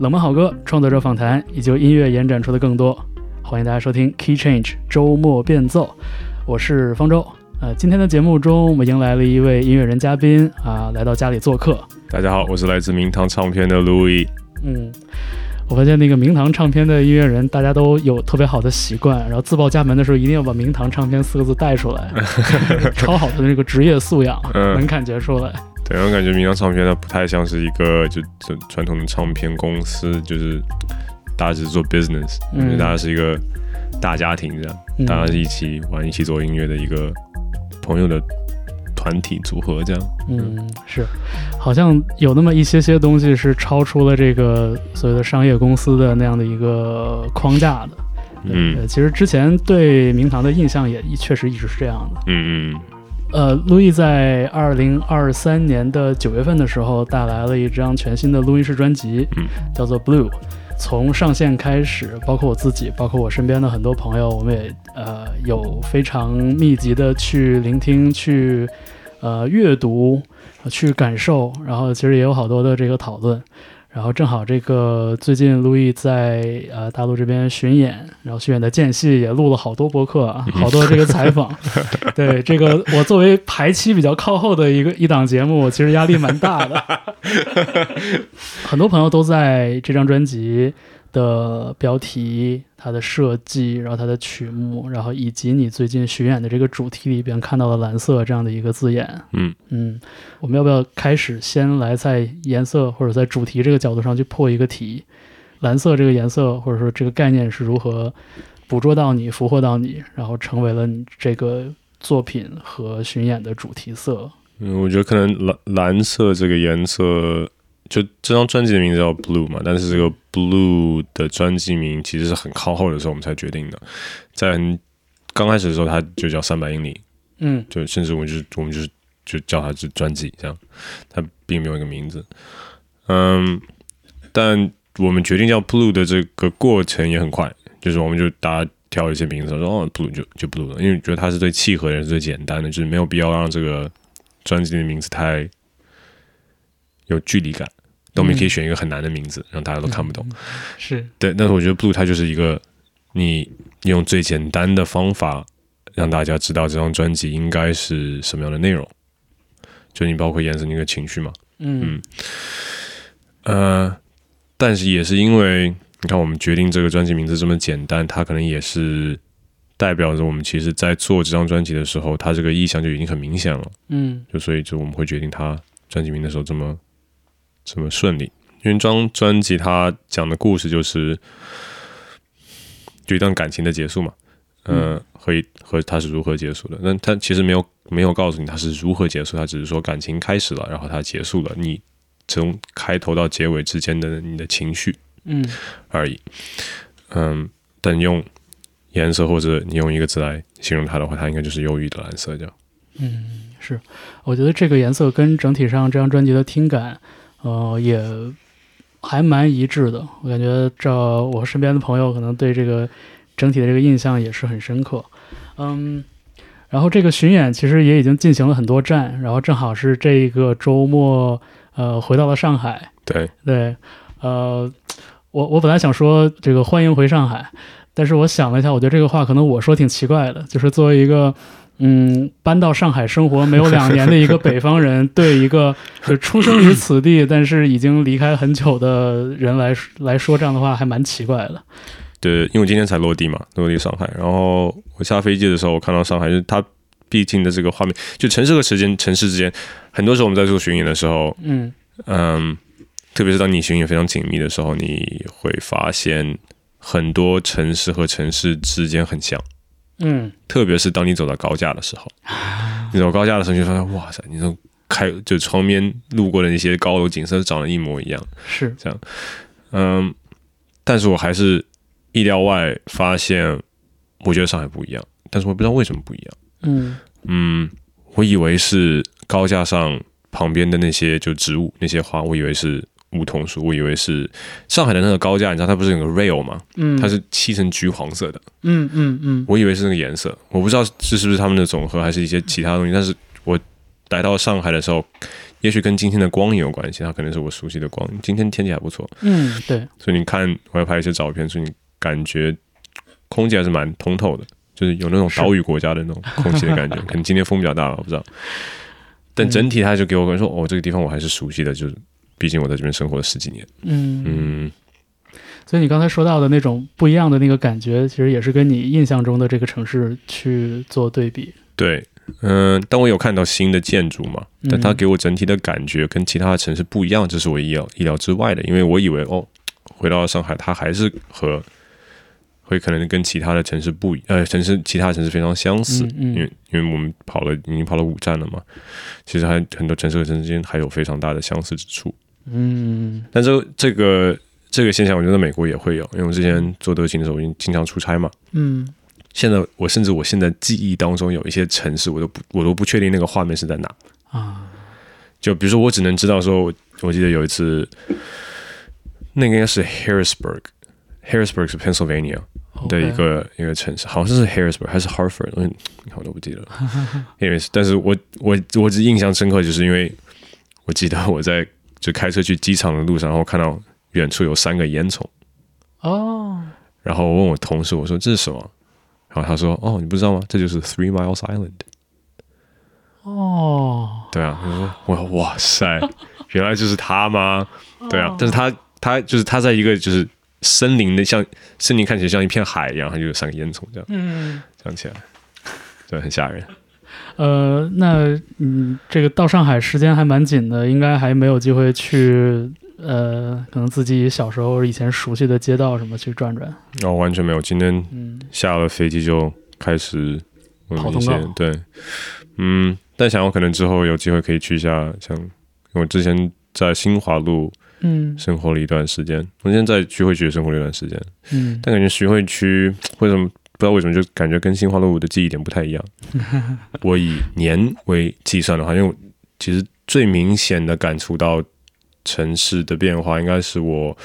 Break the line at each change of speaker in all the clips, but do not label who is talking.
冷门好歌、创作者访谈以及由音乐延展出的更多。欢迎大家收听 Key Change 周末变奏，我是方舟。呃，今天的节目中，我们迎来了一位音乐人嘉宾啊、来到家里做客。
大家好，我是来自明堂唱片的 Louis。
嗯，我发现那个明堂唱片的音乐人，大家都有特别好的习惯，然后自报家门的时候一定要把“明堂唱片”四个字带出来，超好的那个职业素养，
嗯
能感觉出来。
对，我感觉明堂唱片它不太像是一个就就传统的唱片公司，就是大家只是做 business，、
嗯
就是大家是一个大家庭这样，
嗯
大家是一起玩、一起做音乐的一个朋友的团体组合这样。
嗯，是，好像有那么一些些东西是超出了这个所谓的商业公司的那样的一个框架的。
嗯
呃，其实之前对明堂的印象也确实一直是这样的。
嗯嗯
呃，路易在二零二三年的九月份的时候带来了一张全新的录音室专辑，
嗯
叫做《Blue》。从上线开始，包括我自己，包括我身边的很多朋友，我们也呃有非常密集的去聆听、去呃阅读、呃去感受，然后其实也有好多的这个讨论。然后正好这个最近路易在呃大陆这边巡演，然后巡演的间隙也录了好多播客啊，好多这个采访， 对这个，我作为排期比较靠后的一个一档节目，我其实压力蛮大的。很多朋友都在这张专辑的标题、它的设计，然后它的曲目，然后以及你最近巡演的这个主题里边看到了“蓝色”这样的一个字眼。
嗯
嗯，我们要不要开始先来在颜色或者在主题这个角度上去破一个题？蓝色这个颜色或者说这个概念是如何捕捉到你、俘获到你，然后成为了你这个作品和巡演的主题色？
嗯，我觉得可能蓝蓝色这个颜色，就这张专辑的名字叫 Blue 嘛，但是这个 Blue 的专辑名其实是很靠后的时候我们才决定的，在很刚开始的时候它就叫三百英里。
嗯
就甚至我们就是我们就是就叫它是专辑这样，它并没有一个名字。嗯，但我们决定叫 Blue 的这个过程也很快，就是我们就大家挑一些名字说哦 Blue 就就 Blue 了，因为觉得它是最契合的，是最简单的，就是没有必要让这个专辑的名字太有距离感。那我们也可以选一个很难的名字，让大家都看不懂。
嗯是，
对，但是我觉得 Blue 它就是一个你用最简单的方法让大家知道这张专辑应该是什么样的内容，就你包括延伸那个情绪嘛，
嗯
呃，但是也是因为你看我们决定这个专辑名字这么简单，它可能也是代表着我们其实在做这张专辑的时候，它这个意向就已经很明显了。
嗯
就所以就我们会决定他专辑名的时候这么这么顺利，因为这张专辑它讲的故事就是就一段感情的结束嘛，呃，和一和它是如何结束的，但它其实没有没有告诉你它是如何结束，它只是说感情开始了，然后它结束了，你从开头到结尾之间的你的情绪
嗯
而已，嗯，但用颜色或者你用一个字来形容它的话，它应该就是忧郁的蓝色这样，
嗯，是，我觉得这个颜色跟整体上这张专辑的听感，呃，也还蛮一致的。我感觉这我身边的朋友可能对这个整体的这个印象也是很深刻。嗯，然后这个巡演其实也已经进行了很多站，然后正好是这个周末，呃，回到了上海。
对，
对，呃，我我本来想说这个欢迎回上海，但是我想了一下，我觉得这个话可能我说挺奇怪的，就是作为一个。嗯，搬到上海生活没有两年的一个北方人，对一个就出生于此地，但是已经离开很久的人来说来说这样的话，还蛮奇怪的。
对，因为我今天才落地嘛，落地上海。然后我下飞机的时候，我看到上海，就是它毕竟的这个画面，就城市和时间、城市之间，很多时候我们在做巡演的时候，
嗯
嗯，特别是当你巡演非常紧密的时候，你会发现很多城市和城市之间很像，
嗯
特别是当你走到高架的时候，你走高架的时候，你就发现哇塞，你从开就窗边路过的那些高楼景色长得一模一样。
是
嗯，但是我还是意料外发现，我觉得上海不一样，但是我不知道为什么不一样。
嗯
嗯，我以为是高架上旁边的那些就植物那些花，我以为是梧桐树，我以为是上海的那个高架，你知道它不是有个 rail 吗？
嗯，
它是漆成橘黄色的，
嗯嗯嗯
我以为是那个颜色，我不知道这是不是他们的总和，还是一些其他东西。但是我来到上海的时候，也许跟今天的光也有关系，它可能是我熟悉的光。今天天气还不错，
嗯，对，
所以你看，我要拍一些照片，所以你感觉空气还是蛮通透的，就是有那种
是
岛屿国家的那种空气的感觉。可能今天风比较大吧，我不知道。但整体它就给我感觉说，哦，这个地方我还是熟悉的，就是毕竟我在这边生活了十几年。
嗯
嗯，
所以你刚才说到的那种不一样的那个感觉，其实也是跟你印象中的这个城市去做对比。
对，嗯、但我有看到新的建筑嘛，
嗯
但它给我整体的感觉跟其他的城市不一样，这是我意料意料之外的，因为我以为哦，回到上海，它还是和会可能跟其他的城市不一呃城市其他城市非常相似，
嗯嗯
因为因为我们跑了已经跑了五站了嘛，其实还很多城市和城市之间还有非常大的相似之处，
嗯
但这这个这个现象，我觉得美国也会有，因为我之前做德勤的时候，我已经经常出差嘛，
嗯
现在我甚至我现在记忆当中有一些城市，我都不我都不确定那个画面是在哪。
啊，
就比如说，我只能知道说，我我记得有一次，那个应该是 Harrisburg，Harrisburg 是 Pennsylvania 的一
嗯 OK
个一个城市，好像是 Harrisburg 还是 Hartford，我我都不记得了。anyways，但是我我我只印象深刻，就是因为我记得我在就开车去机场的路上，然后看到远处有三个烟囱。
哦，
然后我问我同事，我说这是什么？然后他说：“哦，你不知道吗？这就是 Three Miles Island。
哦，”
对啊，我说：“我哇塞，原来就是它吗？”
哦
对啊，但是它它就是它在一个就是森林的，像森林看起来像一片海一样，它就有三个烟囱这样
嗯，
这样起来，对，很吓人。
呃，那嗯，这个到上海时间还蛮紧的，应该还没有机会去呃，可能自己小时候以前熟悉的街道什么去转转。
然哦后完全没有，今天
嗯
下了飞机就开始我
跑
们一
通
些
告
对，嗯，但想我可能之后有机会可以去一下，像因为我之前在新华路
嗯
生活了一段时间，我现在在徐汇区也生活了一段时间，
嗯，
但感觉徐汇区为什么不知道为什么就感觉跟新华路的记忆点不太 一样。我以年为计算的话，因为我其实最明显的感触到城市的变化，应该是我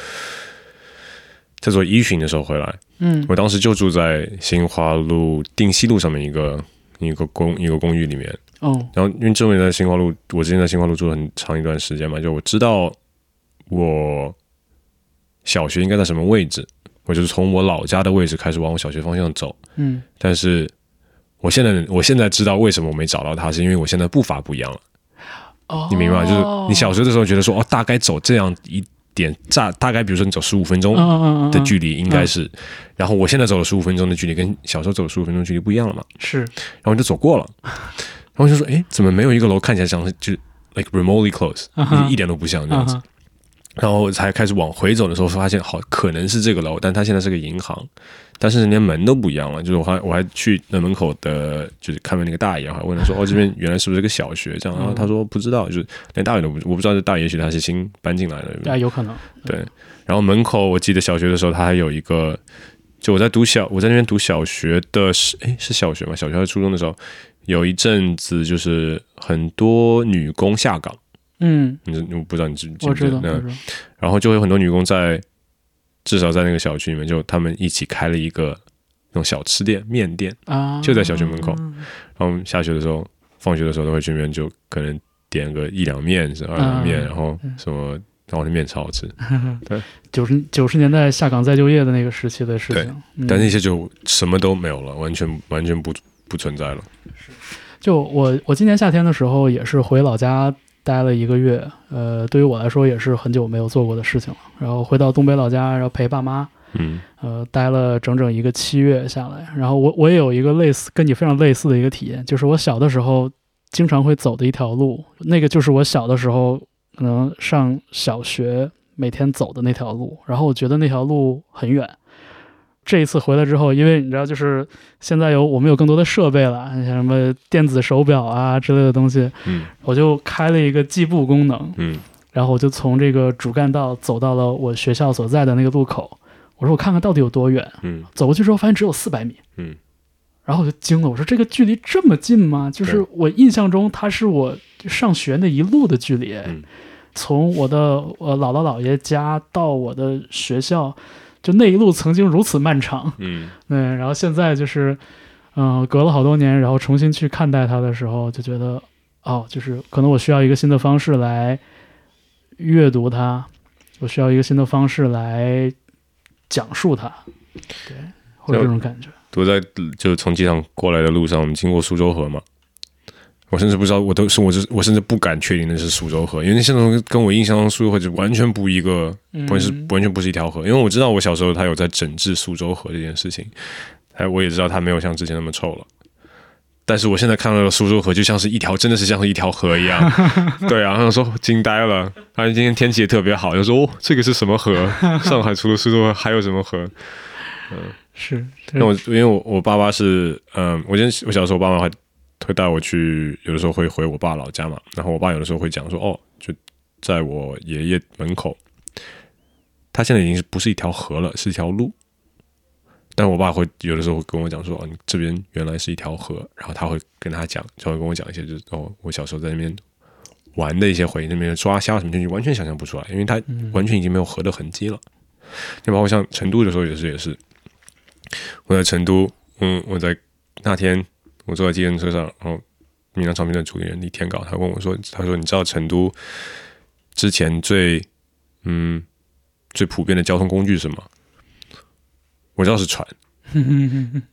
在做一巡的时候回来，
嗯
我当时就住在新华路定西路上面一个一个公一个公寓里面。
哦
然后因为这么在新华路，我之前在新华路住了很长一段时间嘛，就我知道我小学应该在什么位置，我就是从我老家的位置开始往我小学方向走。
嗯
但是我现在我现在知道为什么我没找到它，是因为我现在步伐不一样了。
哦，
你明白吗？就是你小学的时候觉得说哦，大概走这样一点，大大概比如说你走十五分钟
嗯嗯嗯嗯
的距离应该是，然后我现在走了十五分钟的距离跟小时候走十五分钟的距离不一样了嘛。
是
然后我就走过了，然后我就说，哎，怎么没有一个楼看起来像是就是 like remotely close，、
啊哈
一一点都不像这
啊
样子。
哈
然后才开始往回走的时候，发现好可能是这个楼，但它现在是个银行，但是连门都不一样了。就是我还我还去那门口的，就是看门那个大爷，还问 他说，哦，这边原来是不是个小学？这样，然后他说不知道，就是连大爷都不，我不知道这大爷也许他是新搬进来的，
啊，有可能
对，然后门口我记得小学的时候，它还有一个，就我在读小我在那边读小学的是，诶，是小学吗？小学还是初中的时候，有一阵子就是很多女工下岗，
嗯，
你知我不知道你知记
我
不
知道，
那
我知道，
然后就会有很多女工在，至少在那个小区里面，就他们一起开了一个那种小吃店、面店，
啊，
就在小区门口然后我们下学的时候、放学的时候都会去那边，就可能点个一两面、是二两面，
嗯
然后什么，然后那面超好吃。
九十九十年代下岗再就业的那个时期的事情。嗯
但那些就什么都没有了，完全完全不不存在了。
就我我今年夏天的时候也是回老家待了一个月，呃，对于我来说也是很久没有做过的事情了。然后回到东北老家，然后陪爸妈，
嗯
呃，待了整整一个七月下来。然后我我也有一个类似跟你非常类似的一个体验，就是我小的时候经常会走的一条路，那个就是我小的时候可能上小学每天走的那条路。然后我觉得那条路很远。这一次回来之后，因为你知道，就是现在有我们有更多的设备了，像什么电子手表啊之类的东西，
嗯
我就开了一个计步功能，
嗯
然后我就从这个主干道走到了我学校所在的那个路口。我说我看看到底有多远，
嗯
走过去之后发现只有四百米，
嗯
然后我就惊了，我说这个距离这么近吗？就是
对
我印象中它是我上学那一路的距离，
嗯
从我的呃姥姥姥爷家到我的学校，就那一路曾经如此漫长。
嗯
嗯，然后呃现在就是，嗯、隔了好多年，然后重新去看待它的时候，就觉得啊、哦，就是可能我需要一个新的方式来阅读它，我需要一个新的方式来讲述它，对，会有这种感觉。
我在就从机场过来的路上，我们经过苏州河嘛，我甚至不知道，我都是我是我甚至不敢确定那是苏州河，因为那现在跟我印象中苏州河就完全不一个，不是
嗯
完全不是一条河，因为我知道我小时候它有在整治苏州河这件事情，哎，我也知道它没有像之前那么臭了。但是我现在看到的苏州河就像是一条，真的是像是一条河一样，对啊，然后说惊呆了，而且今天天气也特别好，就说哦，这个是什么河？上海除了苏州河还有什么河？
是，
那我因为我我爸爸是，嗯，我今天我小时候，我爸妈还会带我去，有的时候会回我爸老家嘛。然后我爸有的时候会讲说，哦，就在我爷爷门口，他现在已经是不是一条河了，是一条路。但我爸会有的时候会跟我讲说，哦，你这边原来是一条河，然后他会跟他讲，就会跟我讲一些，就是哦，我小时候在那边玩的一些回忆，那边抓虾什么东西，完全想象不出来，因为他
嗯
完全已经没有河的痕迹了。就包括像成都的时候也是也是，我在成都，嗯，我在那天我坐在计程车上，然后闽南唱片的主理人李天镐他问我说，他说你知道成都之前最嗯最普遍的交通工具是什么？我知道是船，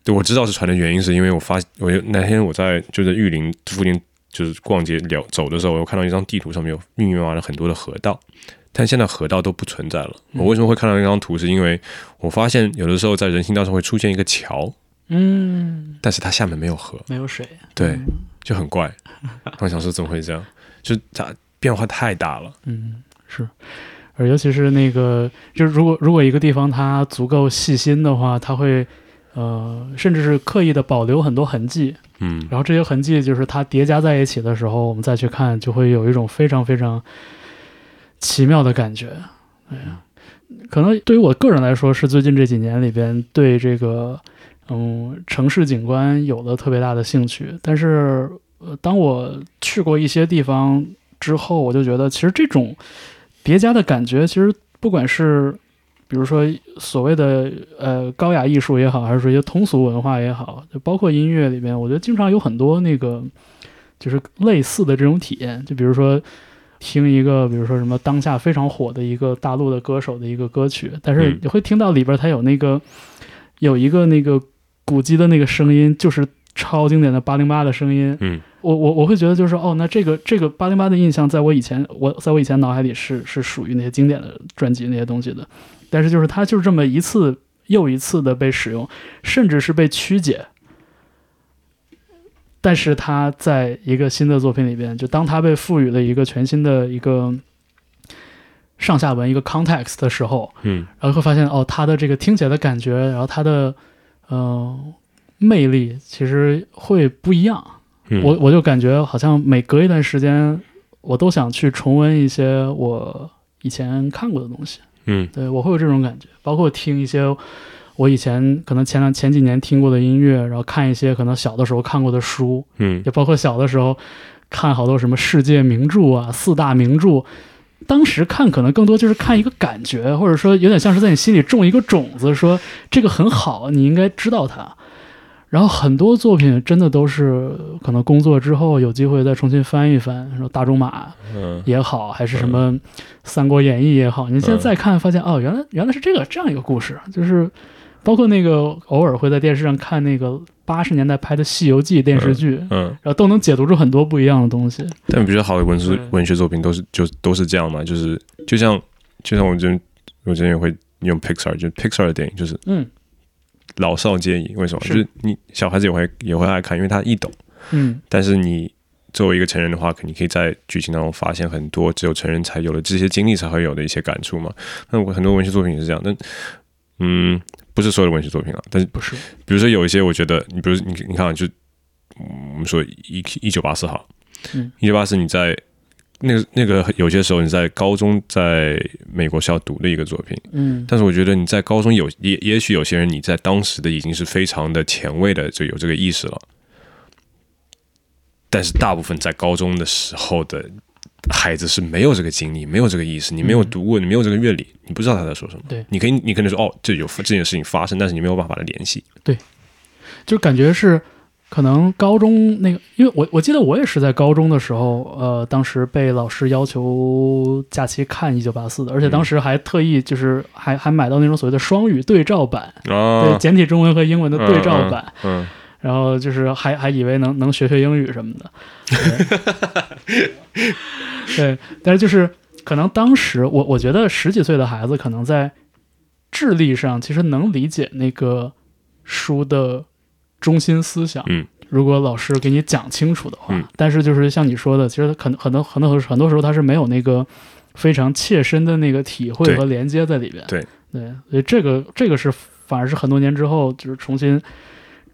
对，我知道是船的原因，是因为我发，我就那天我在就在玉林附近，就是逛街聊走的时候，我看到一张地图，上面有密密麻麻的很多的河道，但现在河道都不存在了。我为什么会看到那张图？是因为我发现有的时候在人行道上会出现一个桥，
嗯，
但是它下面没有河，
没有水，
对，就很怪。我想说怎么会这样？就它变化太大了。
嗯，是，而尤其是那个，就是如果如果一个地方它足够细心的话，它会呃，甚至是刻意的保留很多痕迹，
嗯，
然后这些痕迹就是它叠加在一起的时候，我们再去看，就会有一种非常非常奇妙的感觉。哎呀，可能对于我个人来说，是最近这几年里边对这个嗯城市景观有了特别大的兴趣。但是、呃、当我去过一些地方之后，我就觉得其实这种叠加的感觉，其实不管是比如说所谓的呃高雅艺术也好，还是说一些通俗文化也好，就包括音乐里面，我觉得经常有很多那个就是类似的这种体验。就比如说听一个，比如说什么当下非常火的一个大陆的歌手的一个歌曲，但是
嗯
你会听到里边它有那个有一个那个鼓机的那个声音，就是超经典的八零八的声音。
嗯，
我我我会觉得就是哦，那这个这个八零八的印象，在我以前我在我以前脑海里是是属于那些经典的专辑那些东西的，但是就是它就是这么一次又一次的被使用，甚至是被曲解。但是它在一个新的作品里边，就当它被赋予了一个全新的一个上下文一个 context 的时候，
嗯，
然后会发现哦，它的这个听起来的感觉，然后它的嗯、魅力其实会不一样。
嗯
我我就感觉好像每隔一段时间，我都想去重温一些我以前看过的东西。
嗯
对我会有这种感觉，包括听一些我以前可能前两前几年听过的音乐，然后看一些可能小的时候看过的书，
嗯
也包括小的时候看好多什么世界名著啊、四大名著。当时看可能更多就是看一个感觉，或者说有点像是在你心里种一个种子，说这个很好，你应该知道它。然后很多作品真的都是可能工作之后有机会再重新翻一翻，什么《大仲马》
嗯
也好，还是什么《三国演义》也好，你现在
嗯
再看发现哦，原来原来是这个这样一个故事，就是包括那个偶尔会在电视上看那个八十年代拍的《西游记》电视剧，
嗯，
然后都能解读出很多不一样的东西。
但比较好的文字
对
文学作品都是就都是这样嘛，就是就像就像我之前我之前也会用 Pixar，就是 Pixar 的电影，就是
嗯
老少皆宜。为什么？
是
就是你小孩子也会也会爱看，因为他易懂。
嗯
但是你作为一个成人的话，肯定可以在剧情当中发现很多只有成人才有的这些经历才会有的一些感触嘛。那我很多文学作品也是这样，但嗯，不是所有的文学作品啊，但是
不是，
比如说有一些，我觉得你比如你你看啊，就嗯我们说一一九八四好，
嗯
一九八四你在。那个那个有些时候你在高中在美国是要读的一个作品，
嗯
但是我觉得你在高中有也也许有些人你在当时的已经是非常的前卫的，就有这个意识了。但是大部分在高中的时候的孩子是没有这个经历，没有这个意识，你没有读过，你没有这个阅历，你不知道他在说什么。
嗯对
你可以你可能说哦，这有这件事情发生，但是你没有办法的联系。
就感觉是可能高中那个，因为我我记得我也是在高中的时候，呃，当时被老师要求假期看《一九八四》的，而且
嗯
当时还特意就是还还买到那种所谓的双语对照版，对
啊，
简体中文和英文的对照版，
嗯，
然后就是还还以为能能学学英语什么 的，对，对但是就是可能当时我我觉得十几岁的孩子可能在智力上其实能理解那个书的中心思想，
嗯，
如果老师给你讲清楚的话，
嗯
但是就是像你说的，其实可能很多很多很多时候他是没有那个非常切身的那个体会
对
和连接在里边，
对
对，所以这个这个是反而是很多年之后就是重新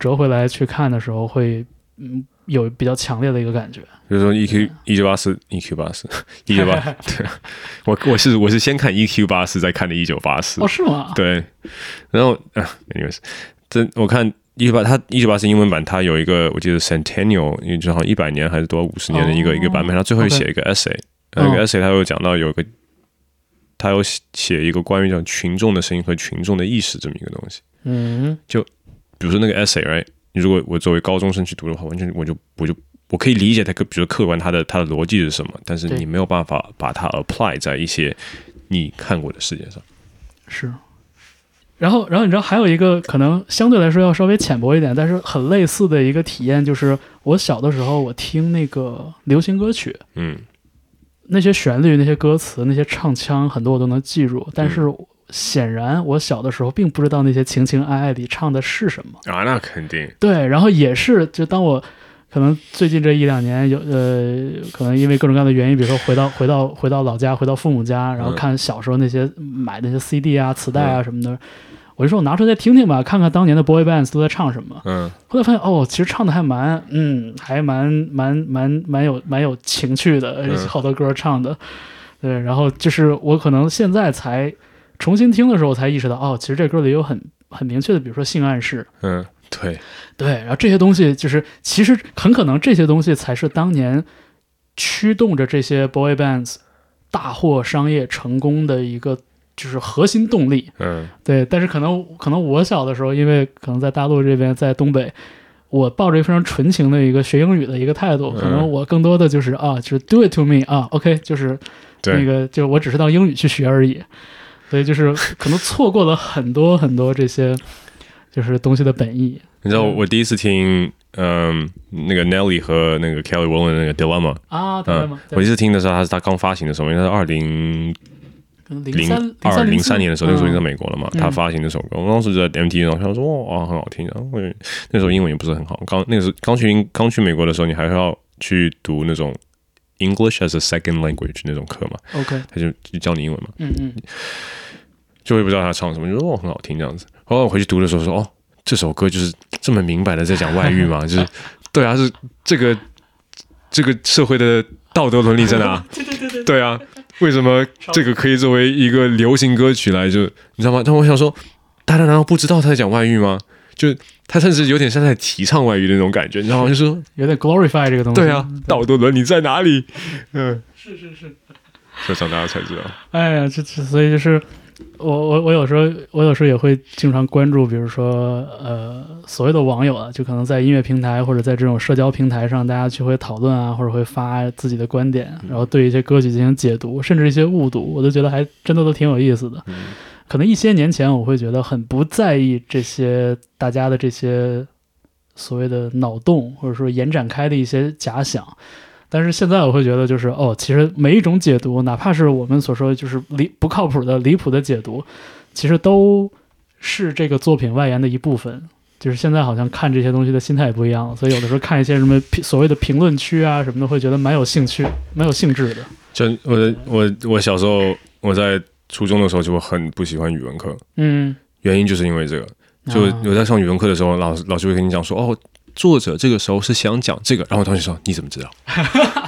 折回来去看的时候会嗯有比较强烈的一个感觉，
比如说 EQ 一九八四 EQ 八 四一九八，对， 我我是我是先看 EQ 八四，再看的一九八四
哦，，是吗？
对，然后啊，anyways，这我看一九八，它一九八是英文版，它有一个我记得 centennial，因为就好像一百年还是多五十年的一个、
哦
一个版本，它最后
OK
写一个 essay，那
嗯
个 essay 它有讲到有一个，它有写写一个关于讲群众的声音和群众的意识这么一个东西。
嗯，
比如说那个 essay，right，你如果我作为高中生去读的话，完全我就我就我可以理解它个，比如说客观它的它的逻辑是什么，但是
对
你没有办法把它 apply 在一些你看过的世界上。
是。然后，然后你知道还有一个可能相对来说要稍微浅薄一点，但是很类似的一个体验，就是我小的时候我听那个流行歌曲，
嗯
那些旋律、那些歌词、那些唱腔，很多我都能记住，
嗯
但是显然我小的时候并不知道那些情情爱爱里唱的是什么。
啊，那肯定，
对，然后也是，就当我可能最近这一两年有呃，可能因为各种各样的原因，比如说回到回到回到老家，回到父母家，然后
嗯
看小时候那些买那些 CD 啊、磁带啊什么的，我就说我拿出来听听吧，看看当年的 boy bands 都在唱什么。
嗯。
后来发现哦，其实唱的还蛮嗯，还蛮蛮蛮蛮有蛮有情趣的，
嗯
好多歌唱的。对，然后就是我可能现在才重新听的时候，我才意识到哦，其实这歌里有很很明确的，比如说性暗示，
嗯，对，
对，然后这些东西就是，其实很可能这些东西才是当年驱动着这些 boy bands 大获商业成功的一个就是核心动力。
嗯
对，但是可能可能我小的时候，因为可能在大陆这边，在东北，我抱着一个非常纯情的一个学英语的一个态度，可能
嗯
我更多的就是啊，就是 do it to me 啊，OK，就是那
对，
个就是我只是当英语去学而已，所以就是可能错过了很多很多这些就是东西的本意。
你知道
嗯
我我第一次听，嗯，那个 Nelly 和那个 Kelly Rowland 那个 Dilemma，
啊，对
嗯
吗？，
我第一次听的时候，它是它刚发行的时候，因为它是二零
零
零
三
二零
零
三年的时候，那个时候已经在
没
美国了嘛，
嗯
它发行那首歌，我当时就在 MTV 上，他说哇，很好听，然后我也那时候英文也不是很好，刚那个时候刚去刚去美国的时候，你还要去读那种 English as a second language 那种课嘛，
嗯 OK，
他就就教你英文嘛，
嗯嗯，
就会不知道他唱什么，就说哦很好听这样子。后来我回去读的时候说哦，这首歌就是这么明白的在讲外遇嘛， 就是对啊，是这个这个社会的道德伦理在哪？
对对对对，
对啊，为什么这个可以作为一个流行歌曲来就你知道吗？但我想说，大家难道不知道他在讲外遇吗？就他甚至有点像在提倡外遇的那种感觉，你知道吗？就说
有点 glorify 这个东西。
对啊，道德伦理在哪里？嗯，
是是是。
这长大了才知道。
哎呀，这这所以就是我我我有时候我有时候也会经常关注，比如说呃所谓的网友啊，就可能在音乐平台或者在这种社交平台上，大家去会讨论啊，或者会发自己的观点，然后对一些歌曲进行解读，甚至一些误读，我都觉得还真的都挺有意思的。可能一些年前我会觉得很不在意这些大家的这些所谓的脑洞，或者说延展开的一些假想。但是现在我会觉得，就是哦，其实每一种解读，哪怕是我们所说就是离不靠谱的、离谱的解读，其实都是这个作品外延的一部分。就是现在好像看这些东西的心态也不一样了，所以有的时候看一些什么评所谓的评论区啊什么的，会觉得蛮有兴趣、蛮有兴致的。
就我的我我小时候我在初中的时候就很不喜欢语文课，
嗯，
原因就是因为这个。就
啊
我在上语文课的时候，老师老师会跟你讲说，哦，作者这个时候是想讲这个，然后我同学说你怎么知道？
啊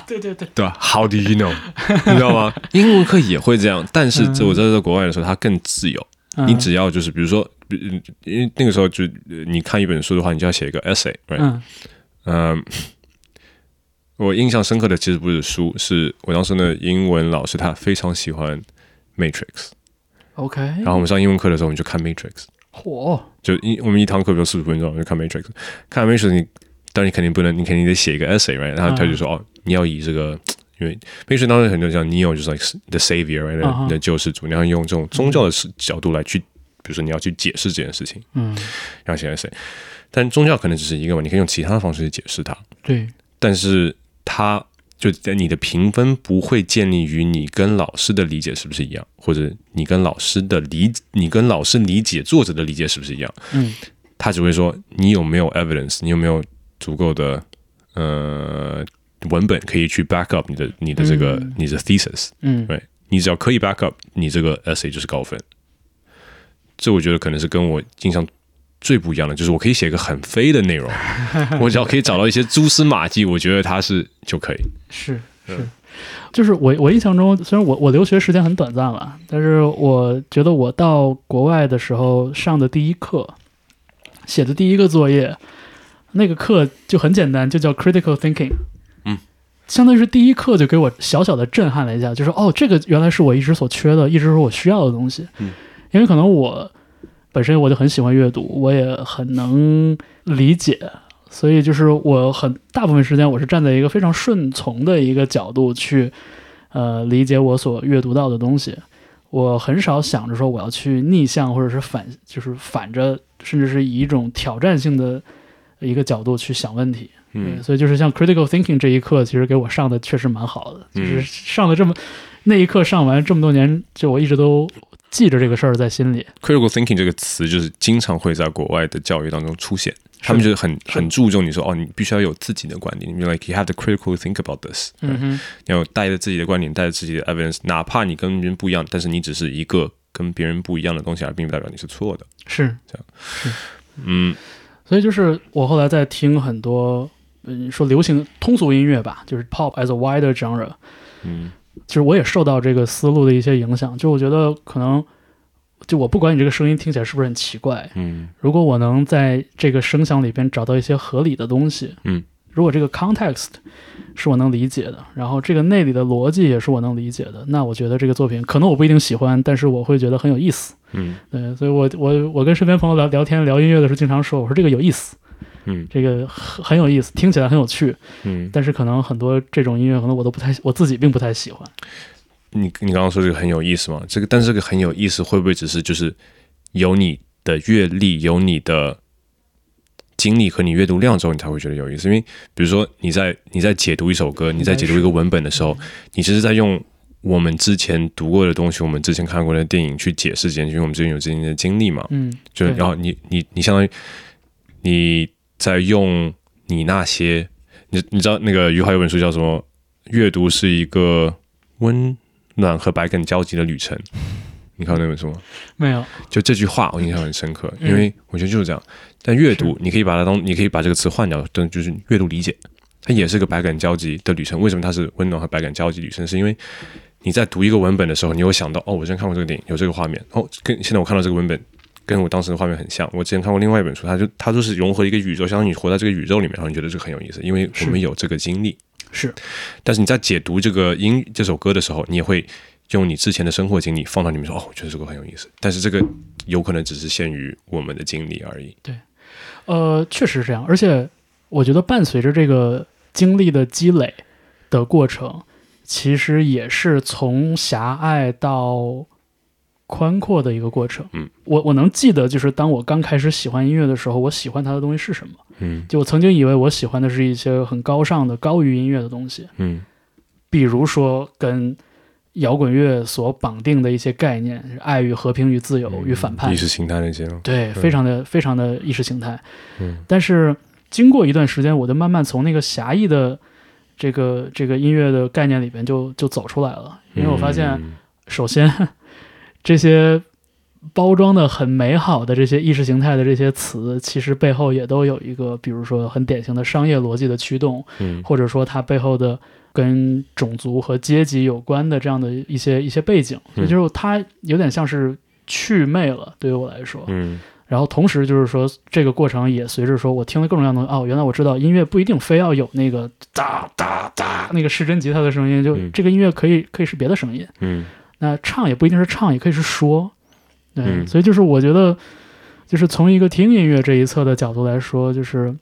对对对，
对吧？How do you know？你知道吗？英文课也会这样，但是
嗯
这我在在国外的时候，它更自由。
嗯
你只要就是比如说，比因为那个时候就呃你看一本书的话，你就要写一个 essay，right？
嗯
嗯，我印象深刻的其实不是书，是我当时的英文老师，他非常喜欢 Matrix。
OK，
然后我们上英文课的时候，我们就看 Matrix，
嚯，
就一我们一堂课比如四十分钟，我们就看 Matrix。看 Matrix，你但你肯定不能，你肯定得写一个 essay，right？然后他就说、哦，你要以这个，因为 Mason 当时很多人讲 Neo 就是 like the savior，right？
啊哈
那、救世主，你要用这种宗教的视角度来去，比如说你要去解释这件事情，
嗯，
然后写 essay。但宗教可能只是一个嘛，你可以用其他的方式去解释它，
对，
但是它就你的评分不会建立于你跟老师的理解是不是一样，或者你跟老师的理，你跟老师理解作者的理解是不是一样。
嗯
他只会说你有没有 evidence，你有没有足够的呃文本可以去 back up 你的你的这个、
嗯
你的 thesis，
嗯
对你只要可以 back up，你这个 essay 就是高分。这我觉得可能是跟我印象最不一样的，就是我可以写一个很飞的内容，我只要可以找到一些蛛丝马迹，我觉得它是就可以。
是是，就是我我印象中，虽然我我留学时间很短暂了，但是我觉得我到国外的时候上的第一课，写的第一个作业，那个课就很简单，就叫 critical thinking。
嗯。
相当于是第一课就给我小小的震撼了一下，就是哦，这个原来是我一直所缺的，一直是我需要的东西。
嗯，
因为可能我本身我就很喜欢阅读，我也很能理解所以就是我很大部分时间我是站在一个非常顺从的一个角度去，呃，理解我所阅读到的东西。我很少想着说我要去逆向或者是反，就是反着，甚至是以一种挑战性的一个角度去想问题。
嗯
对，所以就是像 critical thinking 这一课，其实给我上的确实蛮好的，
嗯
就是上了这么那一课上完这么多年，就我一直都记着这个事儿在心里。
critical thinking 这个词就是经常会在国外的教育当中出现，他们
是
就是很很注重你说哦，你必须要有自己的观点，你 like you have to critical think about this，
嗯哼，
你要带着自己的观点，带着自己的 evidence，哪怕你跟别人不一样，但是你只是一个跟别人不一样的东西，而并不代表你是错的。
是，
嗯
所以就是我后来在听很多，嗯，说流行通俗音乐吧，就是 pop as a wider genre，
嗯
其实我也受到这个思路的一些影响。就我觉得可能，就我不管你这个声音听起来是不是很奇怪，
嗯
如果我能在这个声响里边找到一些合理的东西，
嗯，
如果这个 context 是我能理解的，然后这个内里的逻辑也是我能理解的，那我觉得这个作品可能我不一定喜欢，但是我会觉得很有意思。
嗯
对，所以我我我跟身边朋友聊聊天聊音乐的时候，经常说，我说这个有意思，
嗯
这个很很有意思，听起来很有趣，
嗯，
但是可能很多这种音乐可能我都不太，我自己并不太喜欢。
你你刚刚说这个很有意思嘛？这个但是这个很有意思，会不会只是就是有你的阅历，有你的经历和你阅读量之后，你才会觉得有意思？因为比如说你在你在解读一首歌，你在解读一个文本的时候，你其实在用我们之前读过的东西，我们之前看过的电影去解释这件事，因为我们之前有之前的经历嘛。
嗯，
就
对
然后你你你相当于你在用你那些你你知道那个余华有本书叫什么？阅读是一个温暖和百感交集的旅程。你看过那本书吗？
没有，
就这句话我印象很深刻，
嗯
因为我觉得就是这样。但阅读你可以把它当你可以把这个词换掉，但就是阅读理解，它也是个百感交集的旅程。为什么它是温暖和百感交集旅程？是因为你在读一个文本的时候，你会想到哦，我之前看过这个电影，有这个画面，哦，跟现在我看到这个文本。跟我当时的画面很像，我之前看过另外一本书，它就它就是融合一个宇宙，相当于你活在这个宇宙里面，然后你觉得这个很有意思，因为我们
是
有这个经历。
是
但是你在解读这个音这首歌的时候，你也会用你之前的生活经历放到里面说，哦，我觉得这个很有意思。但是这个有可能只是限于我们的经历而已。
呃，确实是这样，而且我觉得伴随着这个经历的积累的过程，其实也是从狭隘到宽阔的一个过程。
嗯，
我我能记得，就是当我刚开始喜欢音乐的时候，我喜欢它的东西是什么。
嗯
就我曾经以为我喜欢的是一些很高尚的、高于音乐的东西，
嗯
比如说跟摇滚乐所绑定的一些概念，是爱与和平与自由与反叛
嗯意，识形态那些咯
对，非常的非常的意识形态。
嗯
但是经过一段时间，我就慢慢从那个狭义的这个这个音乐的概念里边就就走出来了，因为我发现，
嗯
首先这些包装的很美好的这些意识形态的这些词，其实背后也都有一个，比如说很典型的商业逻辑的驱动，
嗯
或者说它背后的跟种族和阶级有关的这样的一些一些背景，
嗯
也就是它有点像是祛魅了，对于我来说，
嗯
然后同时就是说，这个过程也随着说我听了各种各样的东西，哦，原来我知道音乐不一定非要有那个哒哒哒那个失真吉他的声音，就
嗯
这个音乐可以可以是别的声音。
嗯
那唱也不一定是唱，也可以是说。对，
嗯
所以就是我觉得，就是从一个听音乐这一侧的角度来说，就是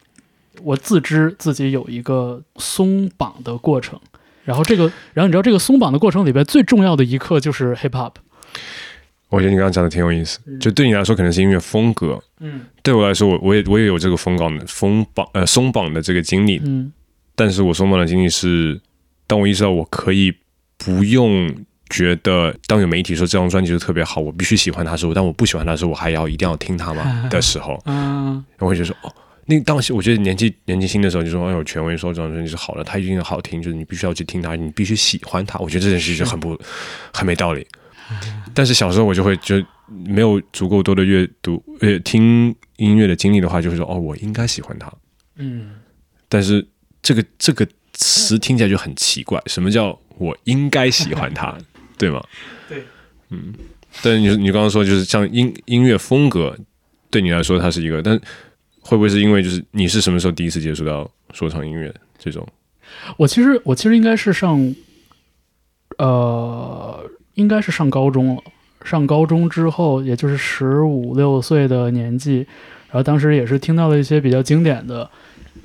我自知自己有一个松绑的过程。然后这个，然后你知道这个松绑的过程里边最重要的一课就是 hip hop。
我觉得你刚刚讲的挺有意思，就对你来说可能是音乐风格，
嗯
对我来说，我我也我也有这个松绑的松绑呃松绑的这个经历，
嗯
但是我松绑的经历是，当我意识到我可以不用觉得，当有媒体说这张专辑是特别好，我必须喜欢它的时候，但我不喜欢它的时候，我还要一定要听它吗的时候，
嗯
然后我就说哦。那当时我觉得年纪年纪轻的时候就说，哎呦，权威说这张专辑是好的，它一定好听，就是你必须要去听它，你必须喜欢它。我觉得这件事情很不很没道理。但是小时候我就会就没有足够多的阅读呃听音乐的经历的话，就会说哦，我应该喜欢它。
嗯
但是这个这个词听起来就很奇
嗯
怪，什么叫我应该喜 欢它，对吗？
对，
嗯。但你你刚刚说就是像音音乐风格，对你来说它是一个，但会不会是因为就是你是什么时候第一次接触到说唱音乐这种？
我其实我其实应该是上，呃，应该是上高中了。上高中之后，也就是十五六岁的年纪，然后当时也是听到了一些比较经典的，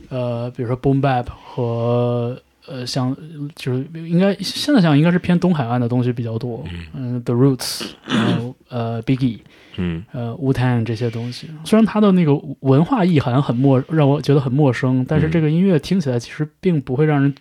呃，比如说 boom bap 和呃，像就是应该现在想应该是偏东海岸的东西比较多，嗯、t h e Roots，然后呃，Biggie，
嗯
呃乌坦这些东西。虽然它的那个文化意涵很陌，让我觉得很陌生，但是
嗯
这个音乐听起来其实并不会让人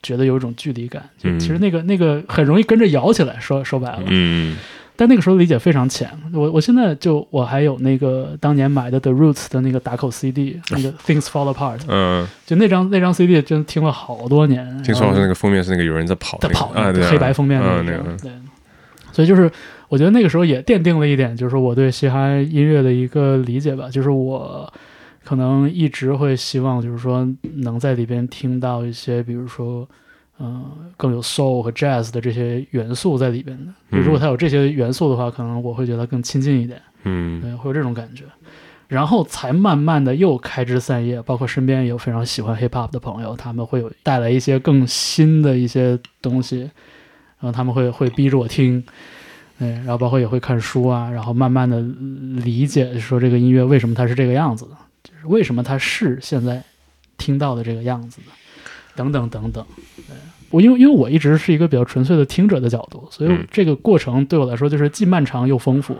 觉得有一种距离感。就
嗯
其实那个那个很容易跟着摇起来，说说白了。
嗯
但那个时候理解非常浅，我我现在就我还有那个当年买的 The Roots 的那个打口 CD，那个 Things Fall Apart，
嗯，
就那张那张 CD 真的听了好多年。
听
然
说好
后
像那个封面是那个有人在跑
在
那个，
跑
啊，
那
对
个
啊
黑白封面的
嗯
那
那
个
个，
对，所以就是我觉得那个时候也奠定了一点，就是我对嘻哈音乐的一个理解吧，就是我可能一直会希望，就是说能在里边听到一些，比如说。嗯，更有 soul 和 jazz 的这些元素在里边的。就如果它有这些元素的话，可能我会觉得更亲近一点。
嗯
对，会有这种感觉，然后才慢慢的又开枝散叶，包括身边也有非常喜欢 hip hop 的朋友，他们会有带来一些更新的一些东西，然后他们会会逼着我听，嗯，然后包括也会看书啊，然后慢慢的理解说这个音乐为什么它是这个样子的，就是为什么它是现在听到的这个样子的，等等等等，对。我因为因为我一直是一个比较纯粹的听者的角度，所以
嗯
这个过程对我来说就是既漫长又丰富。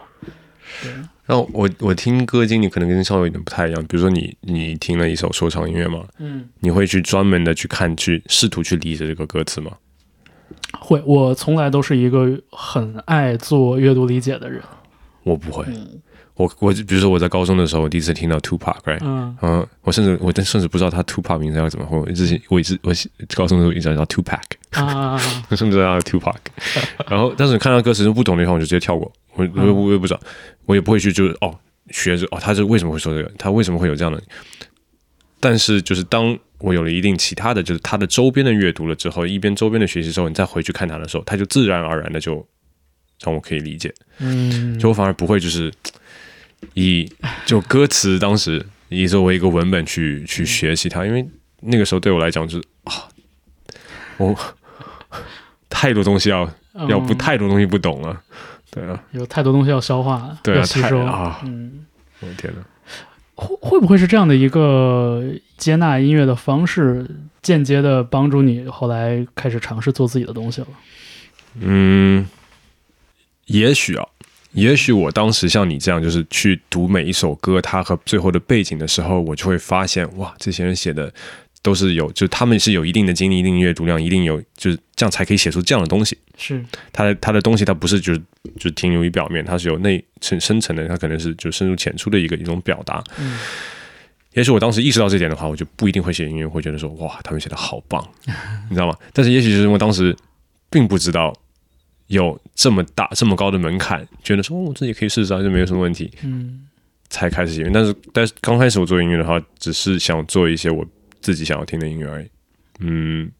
那我我听歌经历可能跟稍微有点不太一样，比如说你你听了一首说唱音乐嘛，
嗯，
你会去专门的去看去试图去理解这个歌词吗？
会，我从来都是一个很爱做阅读理解的人。
我不会，我我比如说我在高中的时候，我第一次听到 Tupac，right？
嗯
嗯、我甚至我真甚至不知道他 Tupac 名字要怎么混，我一直我一直我高中的时候一直叫他 Tupac，
啊，
我甚至叫他 Tupac，然后但是看到歌词就不懂的地方我就直接跳过，我我我也不知道，我也不会去就是哦学着哦他是为什么会说这个，他为什么会有这样的，但是就是当我有了一定其他的就是他的周边的阅读了之后，一边周边的学习之后，你再回去看他的时候，他就自然而然的就让我可以理解。
嗯，
就我反而不会就是以就歌词当时以作为一个文本去
嗯
去学习它，因为那个时候对我来讲就是啊，我太多东西要要不
嗯
太多东西不懂了，对啊，
有太多东西要消化，
对
要
啊，
吸
太
收。
啊，
嗯，
我的天哪，
会会不会是这样的一个接纳音乐的方式，间接的帮助你后来开始尝试做自己的东西了？
嗯，也许啊。也许我当时像你这样，就是去读每一首歌它和最后的背景的时候，我就会发现，哇，这些人写的都是有，就是他们是有一定的经历、一定的阅读量、一定有，就是这样才可以写出这样的东西。
是，
他的他的东西，它不是就是就停留于表面，它是有内深深层的，它可能是就深入浅出的一个一种表达。
嗯
也许我当时意识到这点的话，我就不一定会写音乐，会觉得说哇，他们写的好棒， 你知道吗？但是也许就是因为当时并不知道有这么大这么高的门槛，觉得说、哦、我自己可以试试啊，这没有什么问题，
嗯
才开始写音乐。但是但是刚开始我做音乐的话，只是想做一些我自己想要听的音乐而已。嗯，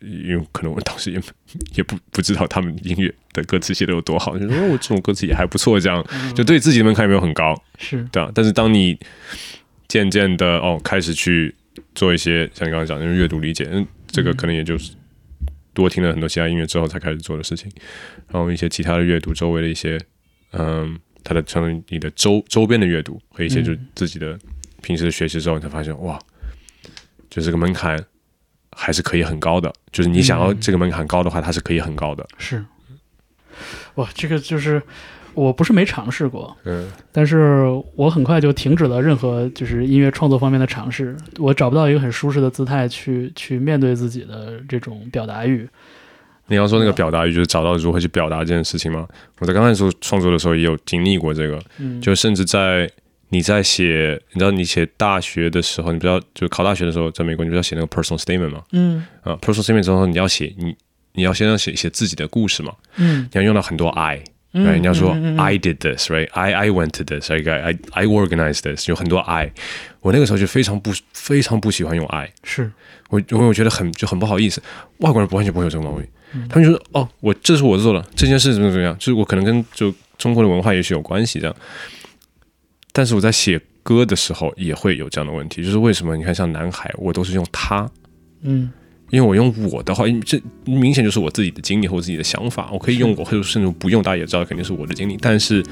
因为可能我当时也 也不不知道他们音乐的歌词写的有多好，就说哦我这种歌词也还不错，这样
嗯
就对自己的门槛也没有很高。
是，
对啊，但是当你渐渐的哦开始去做一些像你刚刚讲的就是阅读理解，嗯，这个可能也就是多听了很多其他音乐之后才开始做的事情，然后一些其他的阅读周围的一些，嗯，它的相当于你的周周边的阅读和一些
嗯
就自己的平时学习之后，你才发现哇，就这个门槛还是可以很高的。就是你想要
嗯
这个门槛高的话，它是可以很高的。
是，哇，这个就是我不是没尝试过，
嗯，
但是我很快就停止了任何就是音乐创作方面的尝试，我找不到一个很舒适的姿态去去面对自己的这种表达欲。
你要说那个
啊
表达欲，就是找到如何去表达这件事情吗？我在刚开始创作的时候也有经历过这个，
嗯，
就甚至在你在写，你知道你写大学的时候，你不知道就考大学的时候，在美国你不是要写那个 personal statement 吗？
嗯
啊、p e r s o n a l statement 之后你要写你你要先要写写自己的故事嘛，
嗯，
你要用到很多 I。
嗯
right? 哎你要说、
嗯嗯嗯
I did this, right? I I went to this, I I I organized this，有很多 I。我那个时候就非常不非常不喜欢用 I，
是，
我我我觉得很就很不好意思，外国人不完全不会有这种毛病，他们就说哦，我这是我做了这件事怎么怎么样，就是我可能跟就中国的文化也许有关系这样，但是我在写歌的时候也会有这样的问题，就是为什么你看像男孩，我都是用他，
嗯
因为我用我的话，因为这明显就是我自己的经历或自己的想法，我可以用我，或者甚至不用，大家也知道肯定是我的经历，但是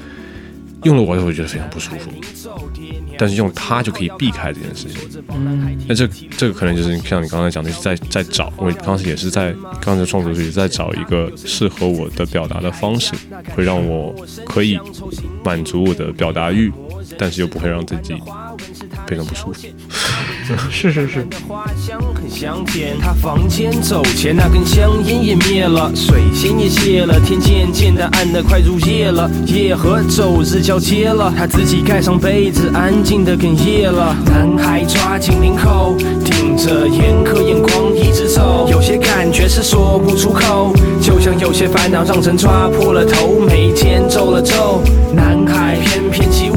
用了我的，我觉得非常不舒服。但是用它就可以避开这件事情。
嗯
那这这个可能就是像你刚才讲的，就是在在找，我当时也是在刚才创作的时候也是在找一个适合我的表达的方式，会让我可以满足我的表达欲，但是又不会让自己变得不舒服。
是是是，
花香很香甜，他房间走前，那根香烟也灭了，水仙也谢了，天渐渐的暗的快入夜了，夜和昼日交接了，他自己盖上被子，安静的哽咽了。男孩抓紧领口，顶着严苛眼光一直走，有些感觉是说不出口，就像有些烦恼让人抓破了头，眉间皱了皱。男孩翩翩起舞。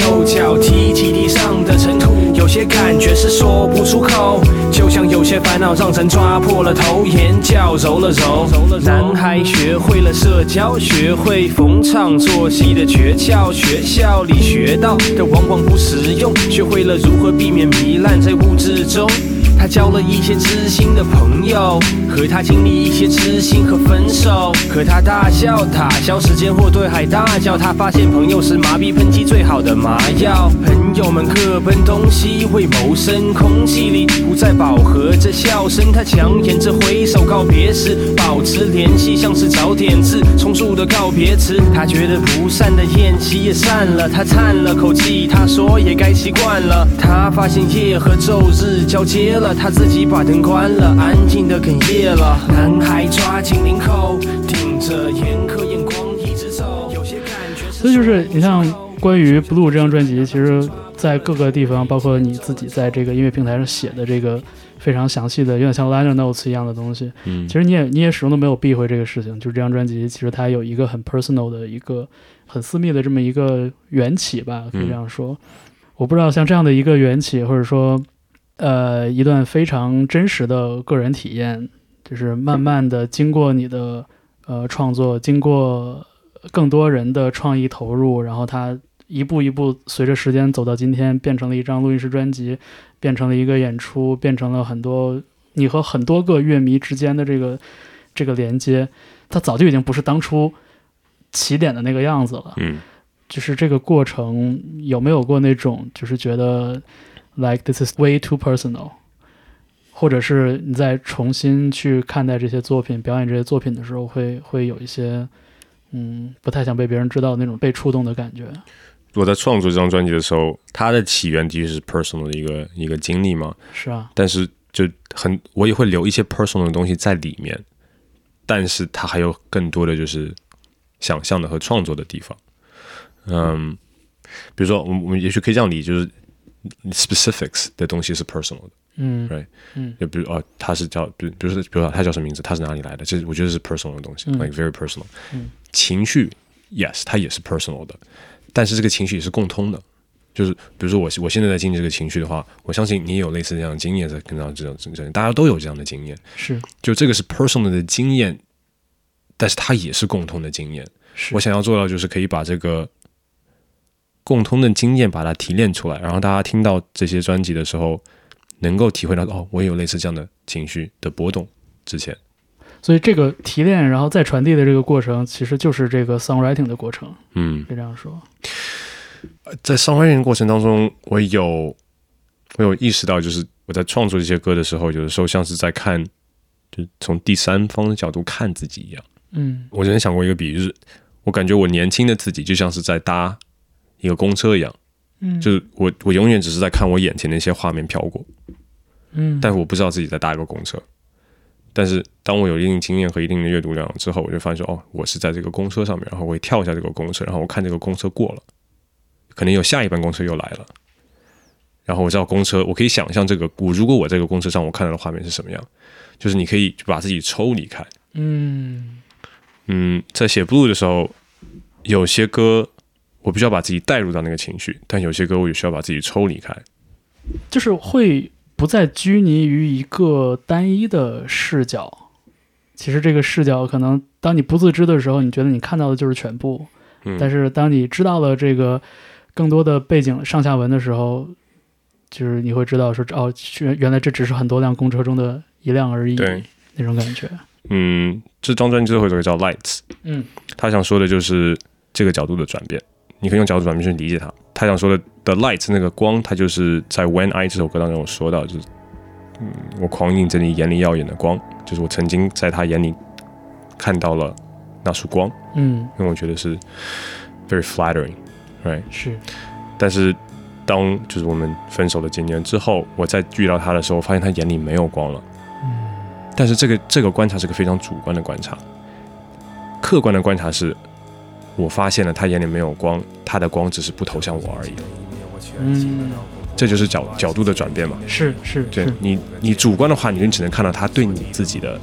右脚踢起地上的尘土，有些感觉是说不出口，就像有些烦恼让人抓破了头，眼角揉了揉。男孩学会了社交，学会逢场作戏的诀窍，学校里学到的往往不实用，学会了如何避免糜烂在物质中。他交了一些知心的朋友，和他经历一些知心和分手，和他大笑打消时间或对海大叫。他发现朋友是麻痹喷剂最好的麻药，朋友们各奔东西，为谋生。空气里不再饱和着笑声，他强颜着挥手告别时，保持联系像是找点字，重塑的告别词。他觉得不散的宴席也散了，他叹了口气，他说也该习惯了。他发现夜和昼日交接了，他自己把灯关了，安静的哽咽了。男孩抓紧领口，顶着严苛眼光一直走。有些感觉
所以就是你像关于《Blue》这张专辑，其实在各个地方，包括你自己在这个音乐平台上写的这个非常详细的，有点像 liner notes 一样的东西，
嗯
其实你也你也始终都没有避讳这个事情，就是这张专辑其实它有一个很 personal 的一个很私密的这么一个缘起吧，可以这样说。我不知道像这样的一个缘起，或者说呃一段非常真实的个人体验，就是慢慢的经过你的呃创作，经过更多人的创意投入，然后它。一步一步，随着时间走到今天，变成了一张录音室专辑，变成了一个演出，变成了很多你和很多个乐迷之间的这个这个连接，它早就已经不是当初起点的那个样子了。
嗯，
就是这个过程有没有过那种，就是觉得 like this is way too personal，或者是你在重新去看待这些作品、表演这些作品的时候会，会有一些嗯不太想被别人知道的那种被触动的感觉。
我在创作这张专辑的时候，它的起源的确是 personal 的一个一个经历嘛，
是啊，
但是就很我也会留一些 personal 的东西在里面，但是它还有更多的就是想象的和创作的地方。嗯，比如说我们我们也许可以这样理，就是 specifics 的东西是 personal 的，
嗯
Right
嗯
就比如哦，他是叫，比如比如说，比如说他叫什么名字，他是哪里来的，这是我觉得是 personal 的东西、
嗯
l i k e very personal。
嗯
情绪，yes，它也是 personal 的，但是这个情绪也是共通的。就是比如说我我现在在经历这个情绪的话，我相信你也有类似这样的经验，在跟到这种这种，大家都有这样的经验。
是
就这个是 personal 的经验，但是它也是共通的经验。
是，
我想要做到就是可以把这个共通的经验把它提炼出来，然后大家听到这些专辑的时候，能够体会到哦，我也有类似这样的情绪的波动。之前
所以这个提炼然后再传递的这个过程，其实就是这个 songwriting 的过程，
嗯，
可以这样说。
呃在上海人过程当中，我有我有意识到，就是我在创作这些歌的时候，有的时候像是在看，就从第三方的角度看自己一样。
嗯
我之前想过一个比喻，就是我感觉我年轻的自己就像是在搭一个公车一样，
嗯
就是我我永远只是在看我眼前的一些画面飘过，
嗯，
但是我不知道自己在搭一个公车。但是当我有一定经验和一定的阅读量之后，我就发现说，哦，我是在这个公车上面，然后我会跳下这个公车，然后我看这个公车过了，可能有下一班公车又来了，然后我知道公车，我可以想象这个我如果我在这个公车上我看到的画面是什么样，就是你可以把自己抽离开，
嗯
嗯，在写 blue 的时候，有些歌我必须要把自己带入到那个情绪，但有些歌我也需要把自己抽离开。
就是会不再拘泥于一个单一的视角。其实这个视角，可能当你不自知的时候，你觉得你看到的就是全部；
嗯，
但是当你知道了这个更多的背景上下文的时候，就是你会知道说，哦，原原来这只是很多辆公车中的一辆而已，
对
那种感觉。
嗯，这张专辑最后一首歌叫《Lights》，
嗯
他想说的就是这个角度的转变。你可以用角度转变去理解它。他想说的的 light 那个光，它就是在《When I》这首歌当中有说到，就是嗯，我狂映着你眼里耀眼的光，就是我曾经在他眼里看到了那束光，
嗯，
因为我觉得是 very flattering。
是，
但是当就是我们分手的几年之后，我再遇到他的时候，发现他眼里没有光了。
嗯
但是这个这个观察是个非常主观的观察，客观的观察是，我发现了他眼里没有光，他的光只是不投向我而已。
嗯，
这就是角角度的转变嘛。
是是
对
是，
你，你主观的话，你就只能看到他对你自己的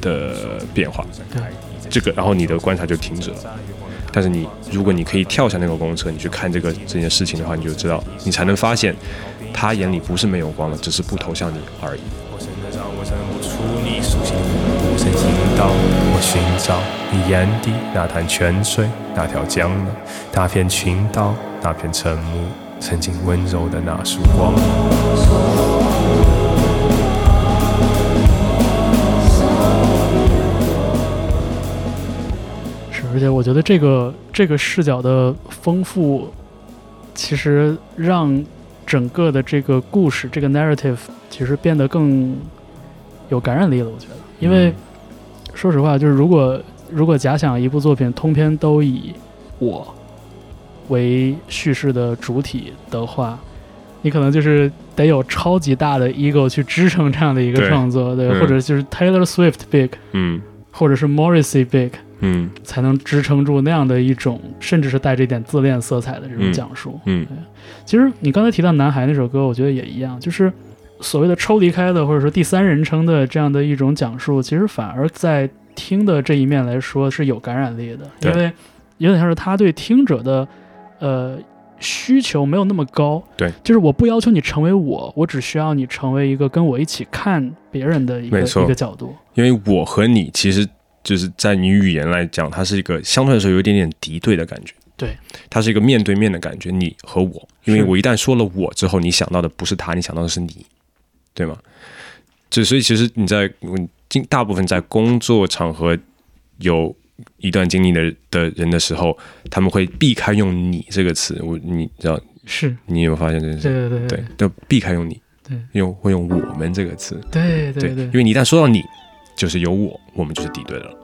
的变化，
对，
这个，然后你的观察就停止了。但是你，如果你可以跳下那个公车，你去看这个这件事情的话，你就知道，你才能发现，他眼里不是没有光了，只是不投向你而已。
我真的让我认不出你熟悉的我声引导我寻找你眼底那潭泉水，那条江流，那片群岛，那片晨雾，曾经温柔的那束光。
是，而且我觉得这个这个视角的丰富，其实让整个的这个故事这个 narrative 其实变得更有感染力了。我觉得，因为、说实话，就是如果如果假想一部作品通篇都以我为叙事的主体的话，你可能就是得有超级大的 ego 去支撑这样的一个
对
创作，对，
嗯
或者就是 Taylor Swift big，
嗯
或者是 Morrissey big。
嗯
才能支撑住那样的一种，甚至是带着一点自恋色彩的这种讲述。
嗯
其实你刚才提到《男孩》那首歌，我觉得也一样，就是所谓的抽离开的，或者说第三人称的这样的一种讲述，其实反而在听的这一面来说是有感染力的，
对
因为有点像是他对听者的呃需求没有那么高。
对，
就是我不要求你成为我，我只需要你成为一个跟我一起看别人的一个
没错
一个角度。
因为我和你其实就是在你语言来讲，它是一个相对来说有一点点敌对的感觉。
对，
它是一个面对面的感觉，你和我。因为
是
我一旦说了我之后，你想到的不是他，你想到的是你，对吗？这所以其实你在嗯，经大部分在工作场合有一段经历的的人的时候，他们会避开用你这个词。我你知道
是，
你有没有发现这件
对
事？
对对
对，都避开用你，
对
用会用我们这个词。
对对对
因。为你一旦说到你，就是有我，我们就是敌对的了。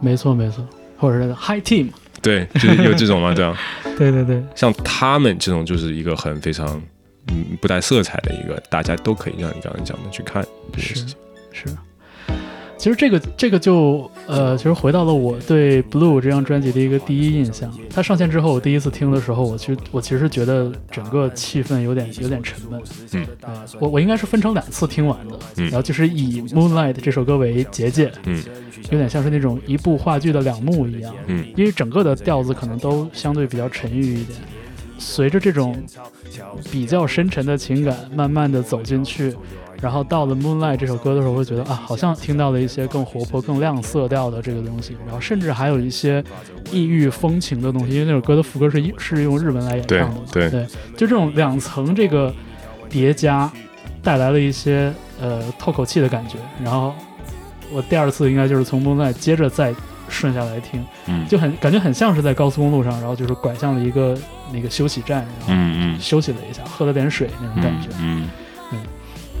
没错没错，或者是 Hi Team，
对，就是有这种 嘛，对啊，
对对对，
像他们这种就是一个很非常嗯不带色彩的一个，大家都可以让你刚才讲的去看这件事情。
是。其实这个这个就呃，其实回到了我对《Blue》这张专辑的一个第一印象。它上线之后，我第一次听的时候，我其实我其实觉得整个气氛有点有点沉闷。
嗯
对我我应该是分成两次听完的，
嗯
然后就是以《Moonlight》这首歌为结界，
嗯
有点像是那种一部话剧的两幕一样。
嗯
因为整个的调子可能都相对比较沉郁一点。随着这种比较深沉的情感慢慢的走进去，然后到了《Moonlight》这首歌的时候，会觉得啊，好像听到了一些更活泼、更亮色调的这个东西，然后甚至还有一些异域风情的东西，因为那首歌的副歌是一是用日文来演唱的嘛，
对
对，就这种两层这个叠加，带来了一些呃透口气的感觉。然后我第二次应该就是从《Moonlight》接着再顺下来听，
嗯，
就很感觉很像是在高速公路上，然后就是拐向了一个那个休息站，然后
嗯嗯
休息了一下，喝了点水那种
嗯
感觉。
嗯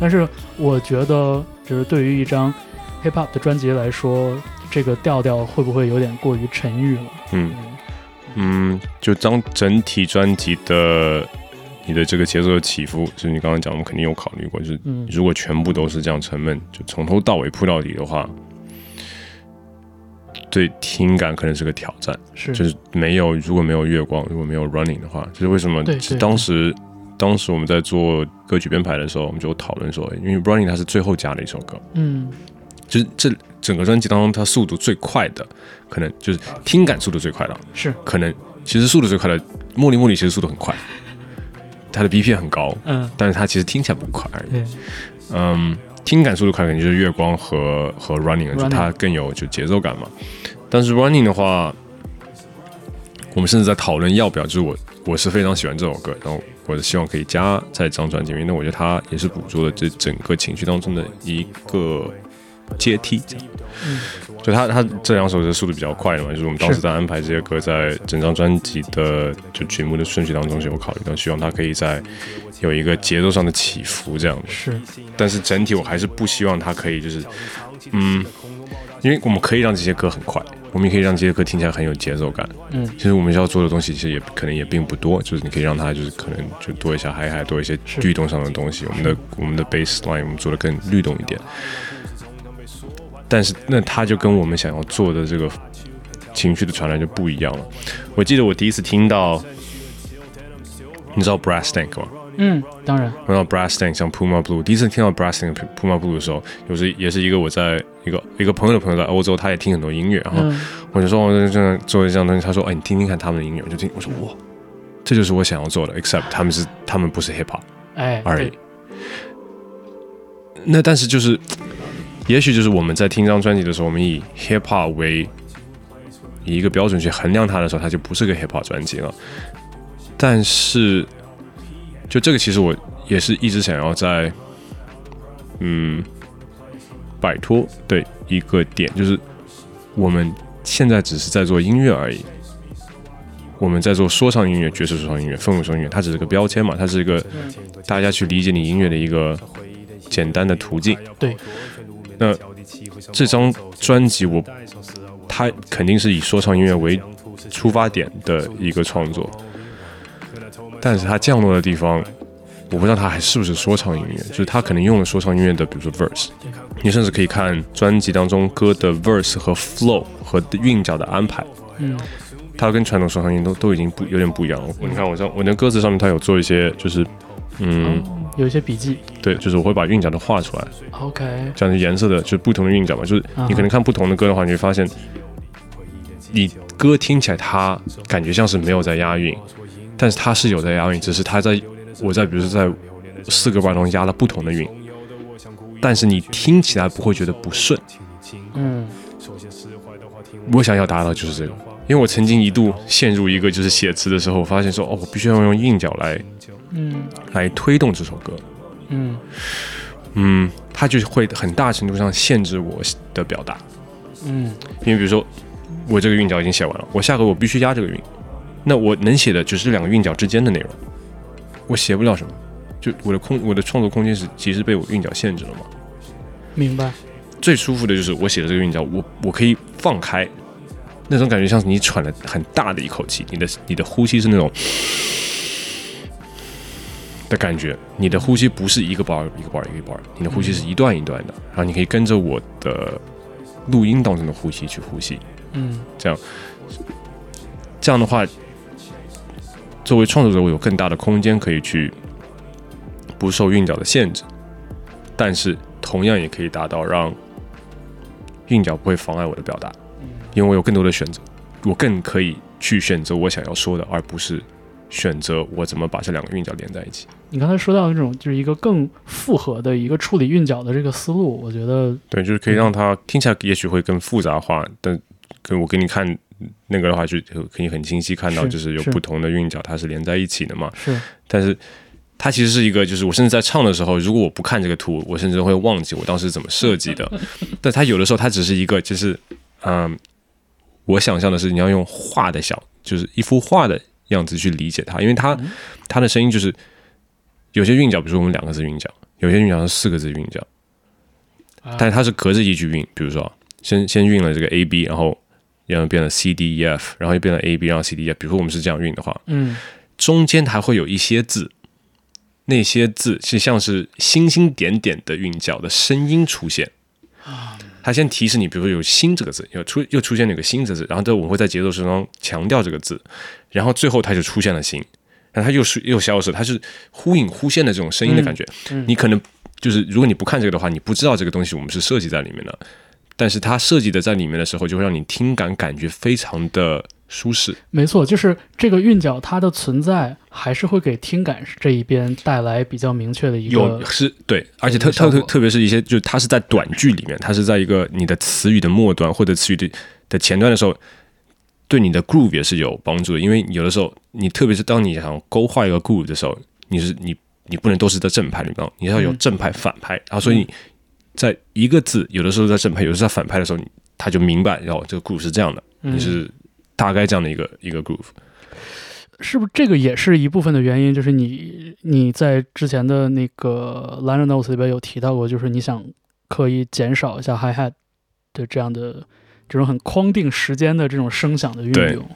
但是我觉得，就是对于一张 hip hop 的专辑来说，这个调调会不会有点过于沉郁了？
嗯
嗯
嗯，就当整体专辑的你的这个节奏的起伏，就是你刚刚讲，我们肯定有考虑过，就是
嗯
如果全部都是这样沉闷，就从头到尾铺到底的话，对听感可能是个挑战。
是
就是没有如果没有月光，如果没有 running 的话，就是为什么
对对
是当时当时我们在做歌曲编排的时候，我们就有讨论说，因为 running 它是最后加的一首歌，
嗯
就是这整个专辑当中它速度最快的，可能就是听感速度最快的，
是
可能其实速度最快的茉莉茉莉其实速度很快，它的 BPM 很高，
嗯
但是它其实听起来不快而已。
对
嗯，听感速度快肯定就是月光和和 running，了就啊
Running
它更有就节奏感嘛。但是 running 的话，我们甚至在讨论要不要，就是我我是非常喜欢这首歌，然后我是希望可以加在这张专辑里面，那我觉得它也是捕捉了这整个情绪当中的一个阶梯，这样。就它它这两首的速度比较快的嘛，就是我们当时
是
在安排这些歌在整张专辑的就曲目的顺序当中是有考虑到，希望它可以在有一个节奏上的起伏这样的。
是
但是整体我还是不希望它可以就是，嗯，因为我们可以让这些歌很快，我们也可以让这些歌听起来很有节奏感。
嗯
其实我们需要做的东西其实也可能也并不多，就是你可以让它就是可能就多一下嗨嗨，多一些
是
律动上的东西。我们的我们的 bass line 我们做的更律动一点，但是那它就跟我们想要做的这个情绪的传来就不一样了。我记得我第一次听到，你知道 brass tank 吗？
嗯，当然
然后 Brass Tank 像 Puma Blue，第一次听到 Brass Tank Puma Blue 的时候，有时也是一个我在一个一个朋友的朋友在欧洲，他也听很多音乐，然后
嗯
我就说我就这样做一这样东西，他说哎你听听看他们的音乐，我就听我说哇，这就是我想要做的，except 他们是他们不是 hip hop
哎
而已
对。
那但是就是，也许就是我们在听这张专辑的时候，我们以 hip hop 为以一个标准去衡量它的时候，它就不是个 hip hop 专辑了。但是，就这个其实我也是一直想要在，嗯，摆脱的一个点，就是我们现在只是在做音乐而已。我们在做说唱音乐、爵士说唱音乐、氛围说唱音乐，它只是个标签嘛，它是一个大家去理解你音乐的一个简单的途径。
对
那这张专辑我，它肯定是以说唱音乐为出发点的一个创作，但是它降落的地方，我不知道它还是不是说唱音乐，就是它可能用了说唱音乐的，比如说 verse，你甚至可以看专辑当中歌的 verse 和 flow 和韵脚的安排，
嗯
它跟传统说唱音乐都都已经不有点不一样了。我你看我上我的歌词上面，它有做一些就是，嗯，
有一些笔记
对，就是我会把韵脚都画出来，
，OK
这样的颜色的，就是不同的韵脚嘛，就是
嗯
你
哼
可能看不同的歌的话，你会发现，你歌听起来它感觉像是没有在押韵，但是它是有在押韵，只是它在我在比如说在四个半中押了不同的韵，但是你听起来不会觉得不顺。
嗯
我想要达到就是这个，因为我曾经一度陷入一个就是写词的时候，我发现说哦，我必须要用韵脚来
嗯
来推动这首歌，
嗯
嗯，它就会很大程度上限制我的表达。
嗯
因为比如说我这个韵脚已经写完了，我下回我必须押这个韵，那我能写的只是两个韵脚之间的内容，我写不了什么，就我的空我的创作空间是其实被我韵脚限制了嘛。
明白
最舒服的就是我写的这个韵脚，我我可以放开，那种感觉像是你喘了很大的一口气，你的你的呼吸是那种的感觉，你的呼吸不是一个 bar 一个 bar 一个 bar，你的呼吸是一段一段的，然后你可以跟着我的录音当中的呼吸去呼吸。
嗯
这样，这样的话，作为创作者，我有更大的空间可以去不受韵脚的限制，但是同样也可以达到让韵脚不会妨碍我的表达，因为我有更多的选择，我更可以去选择我想要说的，而不是选择我怎么把这两个韵脚连在一起。
你刚才说到那种就是一个更复合的一个处理韵脚的这个思路，我觉得
对，就是可以让它听起来也许会更复杂化，但跟我给你看那个的话，就就可以很清晰看到，
是
就是有
是
不同的韵脚，它是连在一起的嘛。
是
但是它其实是一个，就是我甚至在唱的时候，如果我不看这个图，我甚至会忘记我当时怎么设计的。但它有的时候，它只是一个，就是嗯、我想象的是你要用画的小，就是一幅画的样子去理解它，因为它它的声音就是有些韵脚，比如说我们两个字韵脚，有些韵脚是四个字韵脚，但是它是隔着一句韵，比如说啊先先韵了这个 A B，然后然后变了 C D E F，然后又变了 A B，然后 C D E F，比如说我们是这样韵的话，
嗯
中间还会有一些字，那些字是像是星星点点的韵脚的声音出现。它先提示你，比如说有“星”这个字，又出又出现了一个“星”这个字，然后这我会在节奏声中哦强调这个字，然后最后它就出现了“星”，然后它又是又消失，它是忽隐忽现的这种声音的感觉。
嗯
你可能就是如果你不看这个的话，你不知道这个东西我们是设计在里面的，但是它设计的在里面的时候，就会让你听感感觉非常的舒适。
没错，就是这个韵脚它的存在还是会给听感这一边带来比较明确的一
有
个
是对，而且
这个
特特
效
特
果
特别是一些，就是它是在短句里面，它是在一个你的词语的末端或者词语的的前端的时候，对你的 groove 也是有帮助的。因为有的时候，你特别是当你想勾画一个 groove 的时候，你是你你不能都是在正拍里面，你要有
嗯
正拍、反拍，然后所以你在一个字有的时候在正拍，有的时候在反拍的时候，他就明白，然哦后这个 groove 是这样的，
嗯
你是大概这样的一个一个 groove。
是不是这个也是一部分的原因？就是你你在之前的那个 liner notes 里边有提到过，就是你想刻意减少一下 hi hat 的这样的这种很框定时间的这种声响的运
对
用。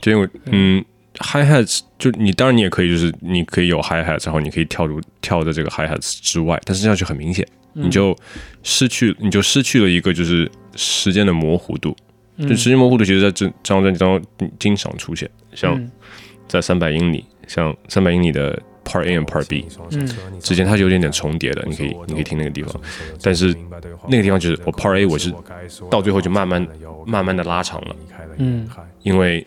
就因为嗯，hi hats 就你当然你也可以，就是你可以有 hi hats，然后你可以跳入跳在这个 hi hats 之外，但是这样就很明显，
嗯
你就失去你就失去了一个就是时间的模糊度。
嗯
就时间模糊度，其实在这这张专辑当中经常出现，像
嗯
在三百英里，像三百英里的 Part A and Part B
嗯
之间，它是有点点重叠的，你可以你可以听那个地方，但是那个地方就是我 Part A 我是到最后就慢慢慢慢的拉长了，
嗯
因为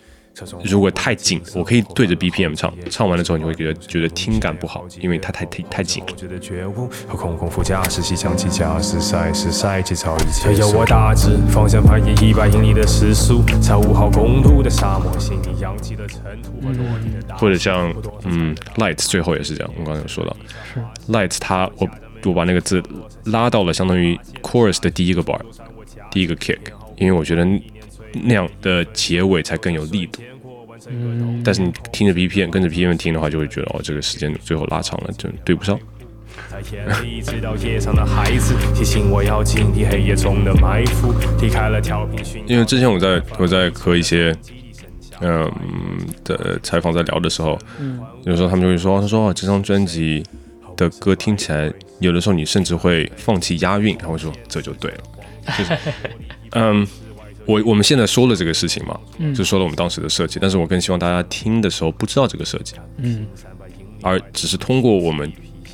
如果太紧，我可以对着 BPM 唱，唱完了之后你会觉得觉得听感不好，因为它太太太紧了
我。觉得觉悟和空空副驾驶西将机驾驶赛事赛季早已结束。有我大志，方向盘以一百英里的时速，在五号公路的沙漠，心里扬起了尘土和落地的大
或者像嗯，Lights 最后也是这样，我刚才有说到，Lights 它我我把那个字拉到了相当于 chorus 的第一个 bar，第一个 kick，因为我觉得那样的结尾才更有力度。
嗯，
但是你听着 BPM 跟着 BPM 听的话，就会觉得哦，这个时间最后拉长了，就对不上。
在夜里直到夜上的孩子提醒我要警惕黑夜中的埋伏，离开了调频讯
因为之前我在我在和一些嗯的采访在聊的时候，
嗯
有时候他们就会说，他说、哦、这张专辑的歌听起来，有的时候你甚至会放弃押韵，然后说这就对了， 就是嗯。我我们现在说了这个事情嘛，
嗯
就说了我们当时的设计，但是我更希望大家听的时候不知道这个设计，
嗯
而只是通过我们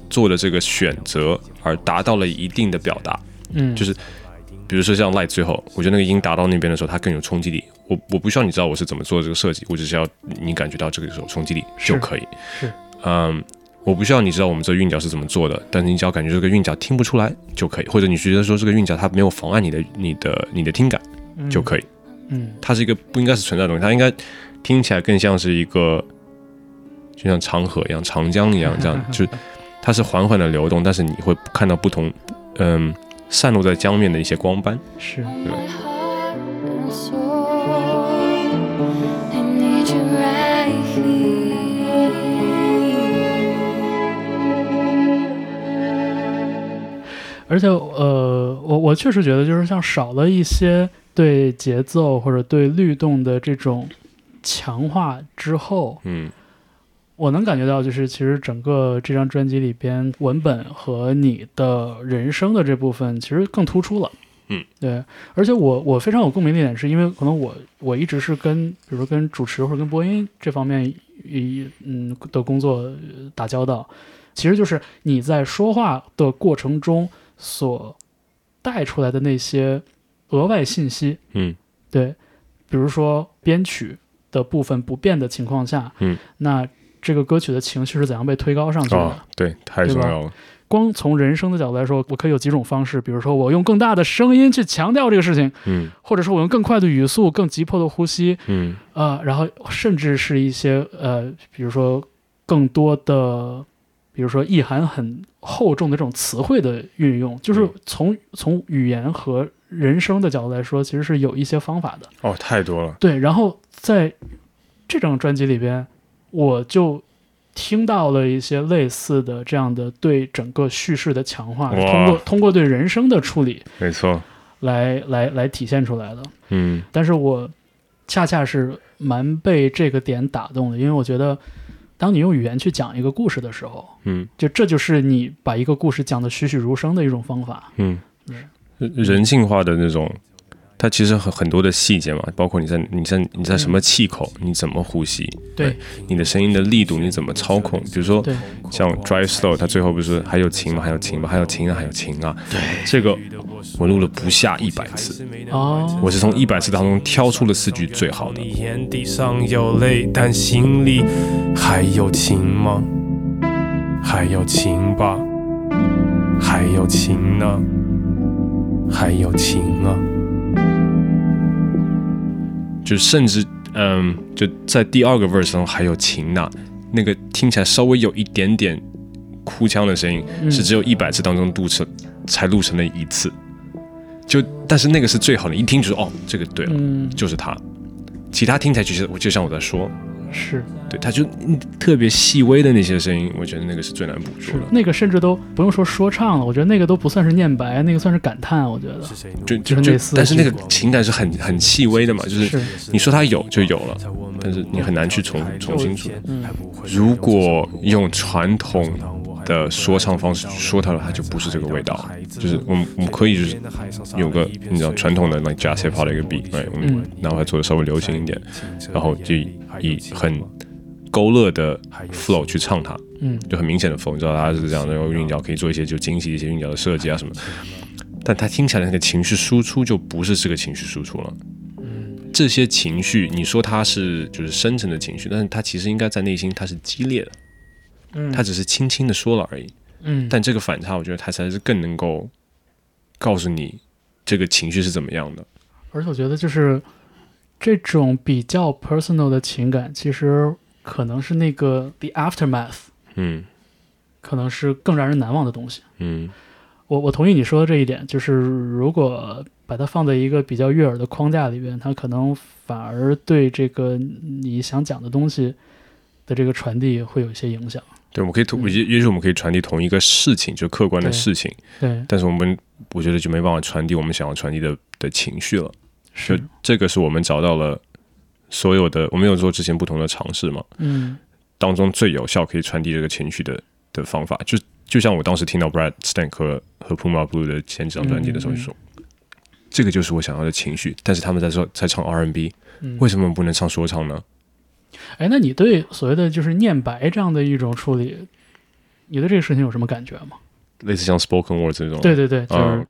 做的这个选择而达到了一定的表达。
嗯，
就是比如说像 Light 最后，我觉得那个音达到那边的时候，它更有冲击力。我我不需要你知道我是怎么做这个设计，我只是要你感觉到这个时候冲击力
是
就可以。
是
嗯，我不需要你知道我们这韵脚是怎么做的，但是你只要感觉这个韵脚听不出来就可以，或者你觉得说这个韵脚它没有妨碍你的你的你的听感就可以。
嗯
它是一个不应该是存在的东西，它应该听起来更像是一个，就像长河一样、长江一样，这 样就是它是缓缓的流动，但是你会看到不同，嗯，散落在江面的一些光斑。
嗯是。
My heart and soul, I need you right here.
而且呃，我我确实觉得就是像少了一些对节奏或者对律动的这种强化之后，
嗯，
我能感觉到就是其实整个这张专辑里边文本和你的人生的这部分其实更突出了。
嗯，
对，而且我我非常有共鸣的一点是因为可能我我一直是跟比如说跟主持或者跟播音这方面一嗯的工作呃打交道，其实就是你在说话的过程中所带出来的那些额外信息，
嗯，
对，比如说编曲的部分不变的情况下，
嗯，
那这个歌曲的情绪是怎样被推高上去的？
哦，对，太重要了。
光从人生的角度来说，我可以有几种方式，比如说我用更大的声音去强调这个事情，
嗯
或者说我用更快的语速、更急迫的呼吸，
嗯
呃啊，然后甚至是一些呃，比如说更多的比如说意涵很厚重的这种词汇的运用，就是
嗯
从从语言和人生的角度来说，其实是有一些方法的。
哦，太多了，
对，然后在这张专辑里边，我就听到了一些类似的这样的对整个叙事的强化，
哇
通过通过对人生的处理
没错，
来来来体现出来的。
嗯
但是我恰恰是蛮被这个点打动的，因为我觉得，当你用语言去讲一个故事的时候，
嗯
就这就是你把一个故事讲得栩栩如生的一种方法。
嗯，人性化的那种，它其实很很多的细节嘛，包括你在你在你在什么气口，你怎么呼吸，
对
你的声音的力度你怎么操控，比如说
对
像 Drive Slow，它最后不是还有琴吗？还有琴吗？还有琴啊，还有琴啊，对，这个我录了不下一百次，
哦，
我是从一百次当中挑出了四句最好的。
你眼底上有泪，但心里还有情吗？还有情吧，还有情呢，还有情啊。
就甚至嗯，就在第二个 verse 中还有琴呐，那个听起来稍微有一点点哭腔的声音，
嗯
是只有一百次当中录成才录成了一次。就但是那个是最好的，一听就是哦，这个对了，
嗯，
就是它。其他听起来就是我就像我在说，
是
对，它就嗯特别细微的那些声音，我觉得那个是最难捕
是
捉的。，
那个甚至都不用说说唱了，我觉得那个都不算是念白，那个算是感叹，我觉得。
就
就
就是就
类似，
但是那个情感是很很细微的嘛，就是
是
你说它有就有了，但是你很难去重重新出来。如果用传统的说唱方式去说它了，它就不是这个味道了。就是我们我们可以就是有个你知道传统的 like jazz hip hop 的一个 beat，right？我们
嗯
然后还做的稍微流行一点，然后就以以很勾勒的 flow 去唱它，
嗯
就很明显的 flow，你知道它是这样的，然后韵脚可以做一些就精细的一些韵脚的设计啊什么的，但它听起来那个情绪输出就不是这个情绪输出了。
嗯
这些情绪，你说它是就是深层的情绪，但是它其实应该在内心它是激烈的，
嗯，
它只是轻轻的说了而已。
嗯，
但这个反差，我觉得它才是更能够告诉你这个情绪是怎么样的。
而且我觉得就是这种比较 personal 的情感，其实可能是那个 the aftermath，
嗯
可能是更让人难忘的东西。
嗯
我我同意你说的这一点，就是如果把它放在一个比较悦耳的框架里边，它可能反而对这个你想讲的东西的这个传递会有一些影响。
对，我们可以同，也也许我们可以传递同一个事情，就客观的
对
事情，
嗯对，，
但是我们我觉得就没办法传递我们想要传递的的情绪了。就是这个是我们找到了所有的，我们有做之前不同的尝试嘛，
嗯
当中最有效可以传递这个情绪的的方法，就就像我当时听到 Brad Stank 和和 Puma Blue 的前几张专辑的时候就说，这个就是我想要的情绪，但是他们在说在唱 R&B，
嗯，
为什么不能唱说唱呢？
哎，那你对所谓的就是念白这样的一种处理，你对这个事情有什么感觉吗？
类似像 spoken word 这种，
对，对对，就
嗯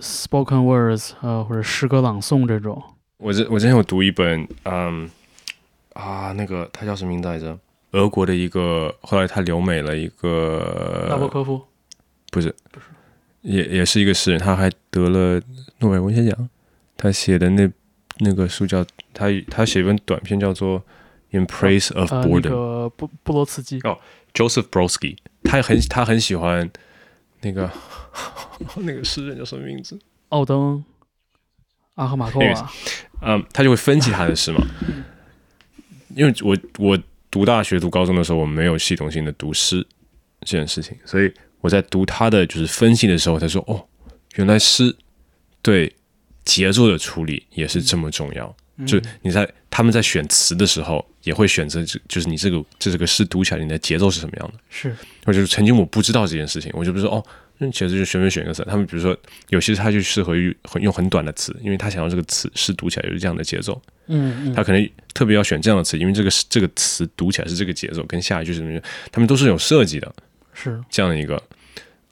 是 spoken words 呃或者诗歌朗诵这种。
我之我之前有读一本，嗯啊，那个他叫什么名字来着？俄国的一个，后来他留美了一个
大波科夫，
不是，也也是一个诗人，他还得了诺贝尔文学奖。他写的那那个书叫他他写一本短篇叫做《In Praise of
呃，那
Boredom》
个布布罗茨基，
，Joseph Brodsky。他很他很喜欢那个 那个诗人叫什么名字？
奥登，阿赫马托
那个
娃，
嗯，他就会分析他的诗嘛。因为我我读大学读高中的时候，我没有系统性的读诗这件事情，所以我在读他的就是分析的时候，他说哦，原来诗对节奏的处理也是这么重要。
嗯
就是你在他们在选词的时候，也会选择这就是你这个这这个诗读起来你的节奏是什么样的。
是，
或者是曾经我不知道这件事情，我就不是说哦，那其实就随便选一个词。他们比如说有些他就适合于很用很短的词，因为他想要这个词是读起来就是这样的节奏，
嗯
他可能特别要选这样的词，因为这个这个词读起来是这个节奏，跟下一句是什么，他们都是有设计的
是，
这样的一个，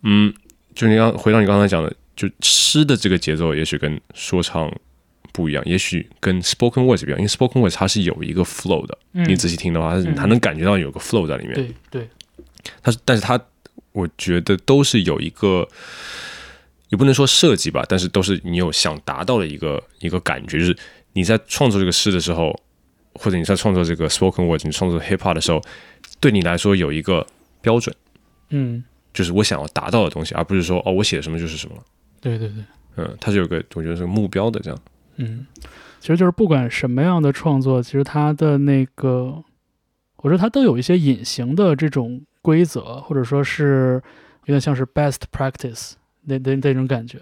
嗯，就你刚回到你刚才讲的，就诗的这个节奏，也许跟说唱。不一样，也许跟 spoken word 不一样，因为 spoken word 它是有一个 flow 的，
嗯
你仔细听的话，它是
嗯
它能感觉到有个 flow 在里面。
对对，
它是，但是它，我觉得都是有一个，也不能说设计吧，但是都是你有想达到的一个一个感觉，就是你在创作这个诗的时候，或者你在创作这个 spoken word，你创作 hip hop 的时候，对你来说有一个标准，
嗯，
就是我想要达到的东西，而不是说哦，我写什么就是什么。
对对对，
嗯，它是有个我觉得是个目标的这样。
嗯，其实就是不管什么样的创作，其实它的那个，我觉得它都有一些隐形的这种规则，或者说是有点像是 best practice 那那那种感觉。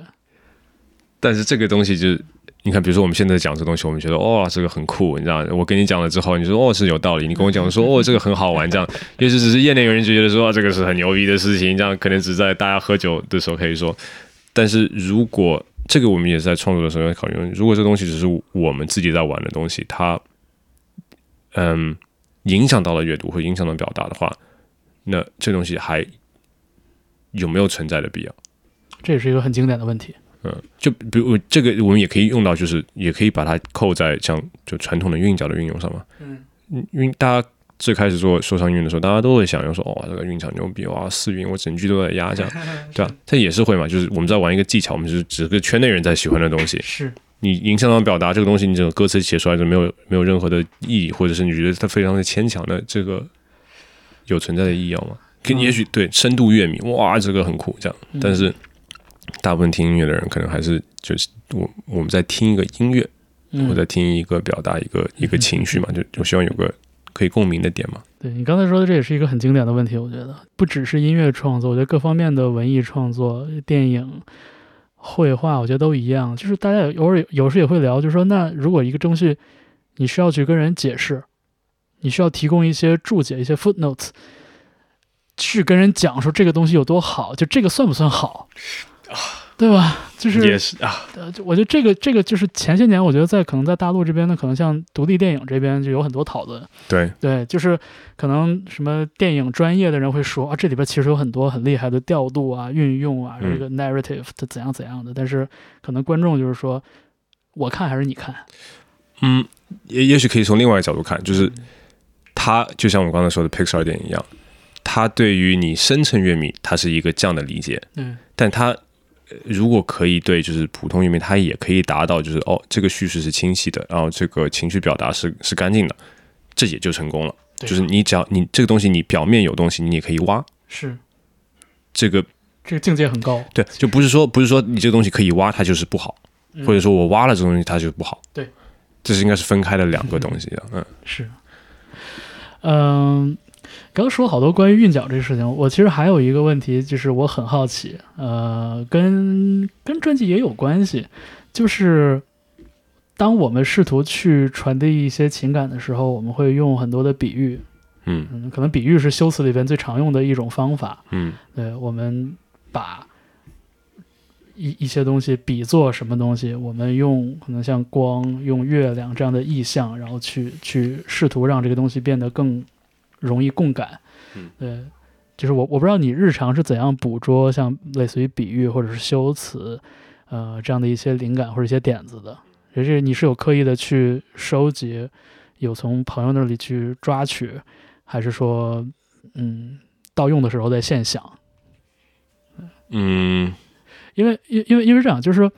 但是这个东西就是，你看，比如说我们现在讲这东西，我们觉得哦，这个很酷，你知道，我跟你讲了之后，你说哦是有道理，你跟我讲说哦这个很好玩，这样，也许只是业内有人觉得说、啊、这个是很牛逼的事情，这样可能只在大家喝酒的时候可以说，但是如果这个我们也是在创作的时候要考虑，如果这东西只是我们自己在玩的东西，它嗯影响到了阅读或影响到表达的话，那这东西还有没有存在的必要？
这也是一个很经典的问题。
嗯，就比如这个，我们也可以用到，就是也可以把它扣在像就传统的韵脚的运用上嘛。嗯，因为大家最开始做说唱韵的时候，大家都会想要说，哦哇，这个韵脚牛逼，哇，四韵，我整句都在压这样，对吧、他也是会嘛，就是我们在玩一个技巧，我们就是只是个圈内人在喜欢的东西。
是，
你影响到表达这个东西，你整个歌词写出来就没有没有任何的意义，或者是你觉得它非常的牵强的，这个有存在的意义要吗？跟也许对深度乐迷，哇，这个很酷这样，
嗯
但是大部分听音乐的人可能还是就是我我们在听一个音乐，
嗯
或者听一个表达一个一个情绪嘛，就就希望有个可以共鸣的点嘛。
对你刚才说的，这也是一个很经典的问题。我觉得不只是音乐创作，我觉得各方面的文艺创作、电影、绘画，我觉得都一样。就是大家有偶尔有时也会聊，就是说，那如果一个东西你需要去跟人解释，你需要提供一些注解、一些 footnotes，去跟人讲说这个东西有多好，就这个算不算好？对吧？就是
也是啊，
呃，就我觉得这个这个就是前些年，我觉得在可能在大陆这边呢，可能像独立电影这边就有很多讨论。
对，
对，就是可能什么电影专业的人会说啊，这里边其实有很多很厉害的调度啊、运用啊，
嗯
这个 narrative 它怎样怎样的，但是可能观众就是说，我看还是你看，
嗯，也也许可以从另外一个角度看，就是他就像我刚才说的 Pixar 电影一样，他对于你深层乐迷，他是一个这样的理解，
嗯
但他呃如果可以对就是普通乐迷，他也可以达到就是哦，这个叙事是清晰的，然后这个情绪表达是是干净的，这也就成功了。
对
就是你只要你这个东西，你表面有东西，你也可以挖
是
这个
这个境界很高，
对，就不是说不是说你这个东西可以挖，它就是不好，
嗯
或者说我挖了这东西它就不好。
对，
这是应该是分开的两个东西的。嗯，
是，嗯、刚说好多关于韵脚这事情，我其实还有一个问题，就是我很好奇，呃，跟跟专辑也有关系，就是当我们试图去传递一些情感的时候，我们会用很多的比喻，
嗯
嗯，可能比喻是修辞里边最常用的一种方法，
嗯
对，呃我们把一一些东西比作什么东西，我们用可能像光、用月亮这样的意象，然后去去试图让这个东西变得更容易共感。
嗯，
对，就是我我不知道你日常是怎样捕捉像类似于比喻或者是修辞，呃这样的一些灵感或者一些点子的，也是你是有刻意的去收集，有从朋友那里去抓取，还是说嗯到用的时候再现想？
嗯
因为因因为因为这样，就是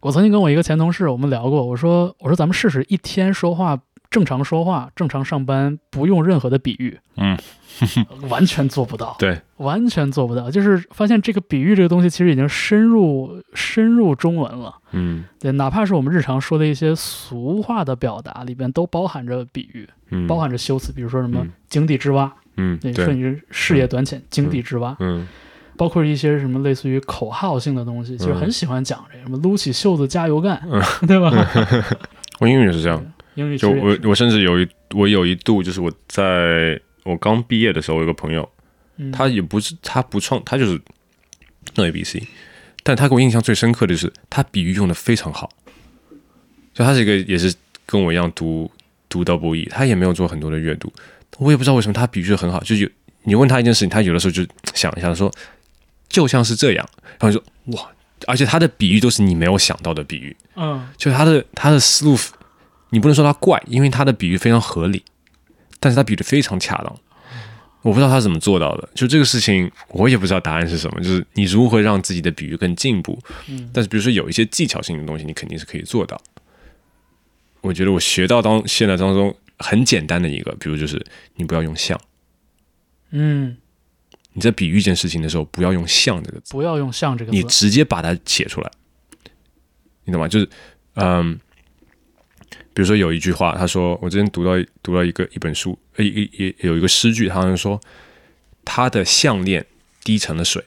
我曾经跟我一个前同事我们聊过，我说我说咱们试试一天说话正常说话正常上班不用任何的比喻，
嗯，
完全做不到，
对，
完全做不到，就是发现这个比喻这个东西其实已经深入深入中文了。
嗯
对，哪怕是我们日常说的一些俗话的表达，里边都包含着比喻，
嗯，
包含着修辞，比如说什么
嗯
“井底之蛙”，
嗯
对，
对
说你是视野短浅，“井底之蛙”，
嗯
包括一些什么类似于口号性的东西，
嗯
其实很喜欢讲这个什么撸起袖子加油干， 对吧？
我英语也是这样，
英语其
嗯就
实也
我
是
我甚至有一我有一度就是我在我刚毕业的时候，我有个朋友，
嗯
他也不是他不创，他就是弄 A B C，但他给我印象最深刻的是他比喻用的非常好，就他是一个也是跟我一样读读 double E，他也没有做很多的阅读，我也不知道为什么他比喻的很好，就有你问他一件事情，他有的时候就想一下说就像是这样，然后你说哇，而且他的比喻都是你没有想到的比喻，
嗯
就他的他的思路，你不能说他怪，因为他的比喻非常合理，但是他比的非常恰当。我不知道他怎么做到的，就这个事情我也不知道答案是什么，就是你如何让自己的比喻更进步。但是比如说有一些技巧性的东西，你肯定是可以做到。我觉得我学到当现在当中很简单的一个，比如就是你不要用像，
嗯
你在比喻一件事情的时候，不要用“像”这个字，
不要用“像”这个
你
字，
直接把它写出来，你懂吗？就是嗯，比如说有一句话，他说我之前读到读到一个一本书，呃一一一有一个诗句，他好像说他的项链滴成了水，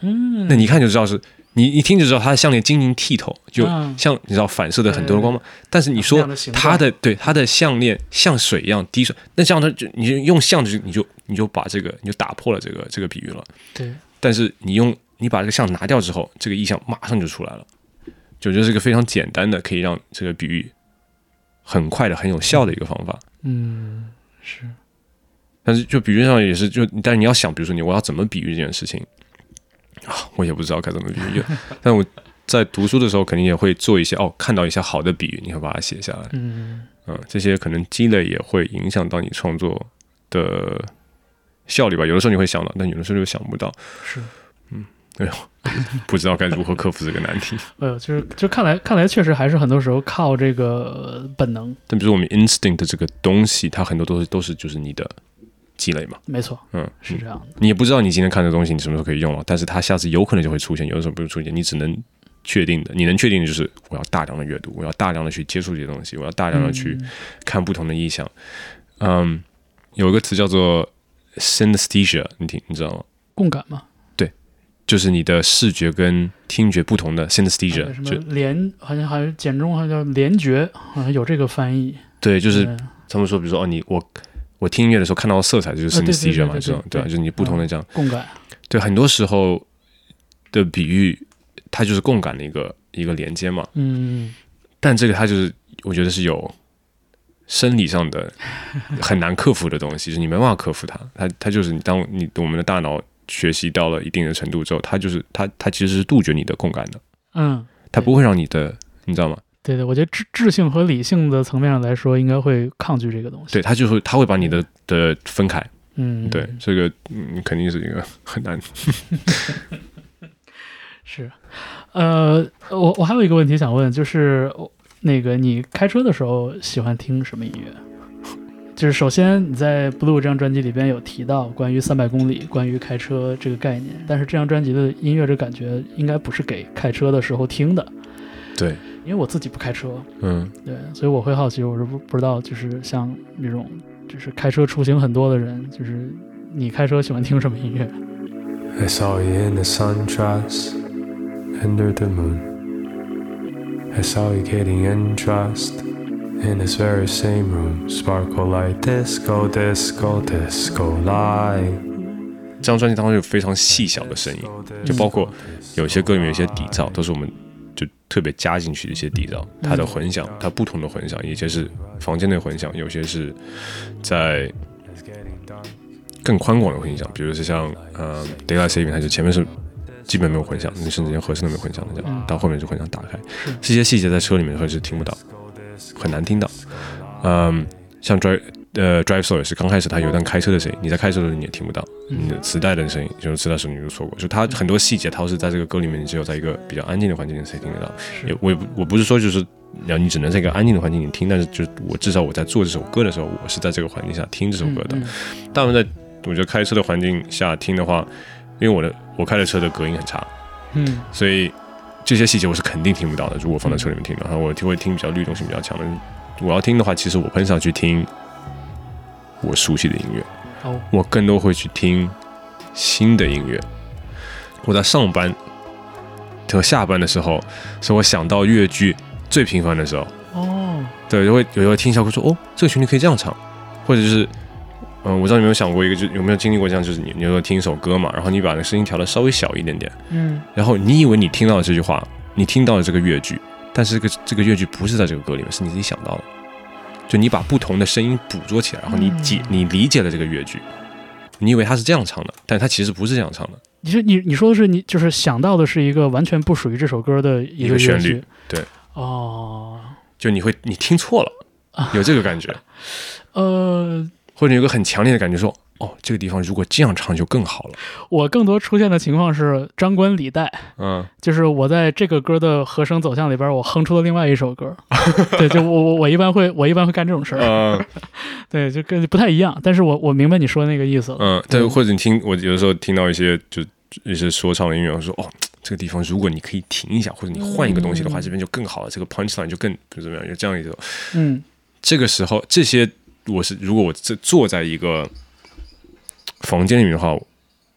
嗯，那你一看就知道是。你一听就知道他的项链晶莹剔透，就
嗯
像你知道反射的很多的光芒。但是你
啊那
说
样的形
他
状
的对他的项链像水一样滴水，那这样他就你就用像就你就你就把这个你就打破了这个这个比喻了。
对，
但是你用你把这个像拿掉之后，这个意象马上就出来了。就我觉得是个非常简单的，可以让这个比喻很快的、很有效的一个方法。
嗯，是，
但是就比喻上也是就，但是你要想，比如说你我要怎么比喻这件事情啊，我也不知道该怎么比喻。 但我在读书的时候，肯定也会做一些哦，看到一些好的比喻，你会把它写下来。
嗯，
嗯，这些可能积累也会影响到你创作的效率吧。有的时候你会想到，但有的时候就想不到，
是，
不知道该如何克服这个难题。
哎呦，就是就看来看来确实还是很多时候靠这个呃本能，
但比如说我们 instinct 这个东西，它很多都是都是就是你的积累嘛，
没错，
嗯，
是这样的，
你也不知道你今天看的东西你什么时候可以用啊了，但是它下次有可能就会出现，有的时候不会出现，你只能确定的，你能确定的就是我要大量的阅读，我要大量的去接触这些东西，嗯我要大量的
嗯
去看不同的意象。嗯，有一个词叫做 synesthesia，你听你知道吗？
共感嘛，
就是你的视觉跟听觉不同的
还
synesthesia，、
啊有什么
就
联，好像还有简中好像叫联觉，好像有这个翻译，
对，就是
对
他们说，比如说哦，你我我听音乐的时候看到色彩，这就是
啊对对
synesthesia 嘛，
对对
这种
对
对吧？就是你不同的这样。
共感，
对，很多时候的比喻，它就是共感的一个一个连接嘛。
嗯，
但这个它就是，我觉得是有生理上的很难克服的东西，就是你没办法克服它。它它就是你当你我们的大脑学习到了一定的程度之后，它就是它它其实是杜绝你的共感的，
嗯，
它
对
不会让你的，你知道吗？
对对，我觉得智智性和理性的层面上来说，应该会抗拒这个东西，
对，它就会它会把你的的分开。
嗯，
对，这个嗯肯定是一个很难。
是，呃，我我还有一个问题想问，就是哦那个你开车的时候喜欢听什么音乐？就是首先你在《Blue》这张专辑里边有提到关于三百公里、关于开车这个概念，但是这张专辑的音乐这感觉应该不是给开车的时候听的，
对，
因为我自己不开车，
嗯
对，所以我会好奇，我是不不知道，就是像那种就是开车出行很多的人，就是你开车喜欢听什么音乐？
I saw you in a sundress under the moon. I saw you getting undressed in this very same room. Sparkle light, disco, disco, disco light.
这张专辑当中有非常细小的声音，就包括有些歌里面有一些底噪，都是我们就特别加进去的一些底噪，它的混响，它不同的混响，有些是房间内混响，有些是在更宽广的混响，比如是像呃 Daylight Saving，它就前面是基本没有混响，你甚至连和声都没有混响的这样，到后面就混响打开，这些细节在车里面会是听不到，很难听到。嗯，像 Drive 呃 Drive Soul 也是刚开始它有一段开车的声音，你在开车的时候你也听不到，
嗯
你的磁带的声音，就是磁带声音你就错过，就它很多细节，它都是在这个歌里面，你只有在一个比较安静的环境里才听得到。也我也不我不是说就是。然后你只能在一个安静的环境里听，但是就是我至少我在做这首歌的时候，我是在这个环境下听这首歌的。
嗯嗯
当然，在我觉得开车的环境下听的话，因为我的我开的车的隔音很差，
嗯
所以这些细节我是肯定听不到的。如果放在车里面听的话，我就会听比较律动性比较强的。我要听的话，其实我很少去听我熟悉的音乐，
哦，
我更多会去听新的音乐。我在上班和下班的时候，是我想到乐句最频繁的时候。
哦，
对，就会有时候听一下会说，哦，这个旋律可以这样唱，或者就是，嗯、我不知道你有没有想过一个，就有没有经历过这样，就是你你有听一首歌嘛，然后你把那个声音调的稍微小一点点，
嗯，
然后你以为你听到了这句话，你听到了这个乐句，但是这个这个乐句不是在这个歌里面，是你自己想到的，就你把不同的声音捕捉起来，然后你解你理解了这个乐句，你以为它是这样唱的，但它其实不是这样唱的，
你是你你说的是你就是想到的是一个完全不属于这首歌的一
一个旋
乐
律
句
对。
哦，
就你会你听错了，有这个感觉，
呃，
或者有一个很强烈的感觉说，哦，这个地方如果这样唱就更好了。
我更多出现的情况是张冠李戴，
嗯，
就是我在这个歌的和声走向里边，我哼出了另外一首歌。 对，就我我我一般会我一般会干这种事儿，
呃，
对，就跟不太一样。但是我我明白你说那个意思了。
嗯，但或者你听，我有的时候听到一些就一些说唱的音乐，我说哦，这个地方如果你可以停一下，或者你换一个东西的话，这边就更好了，这个 punch line 就更就怎么样，就这样一种。
嗯
这个时候，这些我是如果我这坐在一个房间里面的话，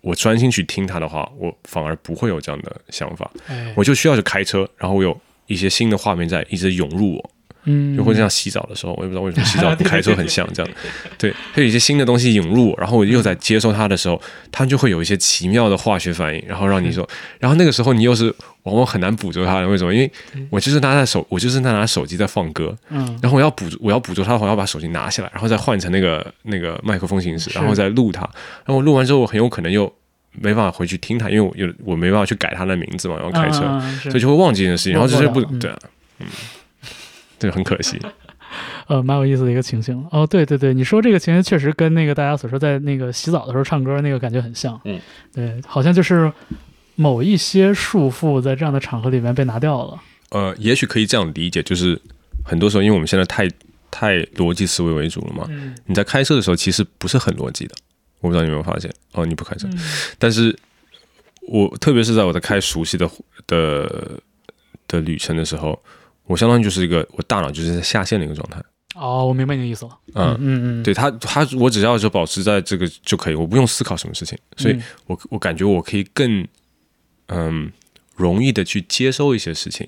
我专心去听它的话，我反而不会有这样的想法，
哎，
我就需要去开车，然后我有一些新的画面在一直涌入我，
嗯，
就会像洗澡的时候，我也不知道为什么洗 澡跟开车很像这样，对，会有一些新的东西涌入我，然后我又在接受它的时候，它就会有一些奇妙的化学反应，然后让你说，
嗯
然后那个时候你又是往往很难捕捉它的，为什么？因为我就是拿在手，我就是在拿手机在放歌，
嗯
然后我要捕捉我要捕捉它的话，我要把手机拿下来，然后再换成那个那个麦克风形式，然后再录它。然后录完之后，我很有可能又没办法回去听它，因为我有我没办法去改它的名字嘛，然后开车，
嗯嗯嗯是
所以就会忘记这件事情，然后就是不
忘不了嗯
对啊，嗯，这个很可惜。
呃，蛮有意思的一个情形。哦，对对对，你说这个情形确实跟那个大家所说在那个洗澡的时候唱歌那个感觉很像。
嗯，
对，好像就是某一些束缚在这样的场合里面被拿掉了。
呃，也许可以这样理解，就是很多时候，因为我们现在太太逻辑思维为主了嘛，
嗯
你在开车的时候其实不是很逻辑的，我不知道你有没有发现哦，你不开车，
嗯
但是我特别是在我在开熟悉的的的旅程的时候，我相当于就是一个我大脑就是在下线的一个状态，
哦，我明白你的意思了。
嗯
嗯嗯，
对他他我只要就保持在这个就可以，我不用思考什么事情，所以
嗯
我我感觉我可以更嗯容易的去接收一些事情。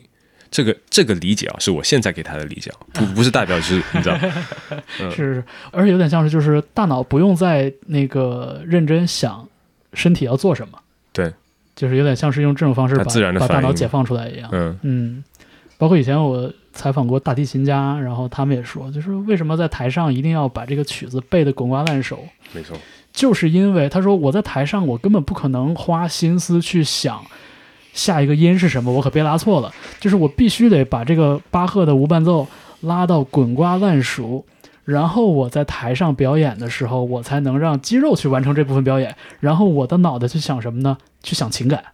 这个这个理解啊，是我现在给他的理解啊，不不是代表就是你知道，
是
嗯
是，是而且有点像是就是大脑不用再那个认真想身体要做什么，
对，
就是有点像是用这种方式把
它自然地
把大
反
脑
应
解放出来一样。
嗯
嗯，包括以前我采访过大提琴家，然后他们也说，就是为什么在台上一定要把这个曲子背得滚瓜烂熟，
没错，
就是因为他说我在台上我根本不可能花心思去想。下一个音是什么？我可别拉错了。就是我必须得把这个巴赫的无伴奏拉到滚瓜烂熟，然后我在台上表演的时候，我才能让肌肉去完成这部分表演。然后我的脑袋去想什么呢？去想情感。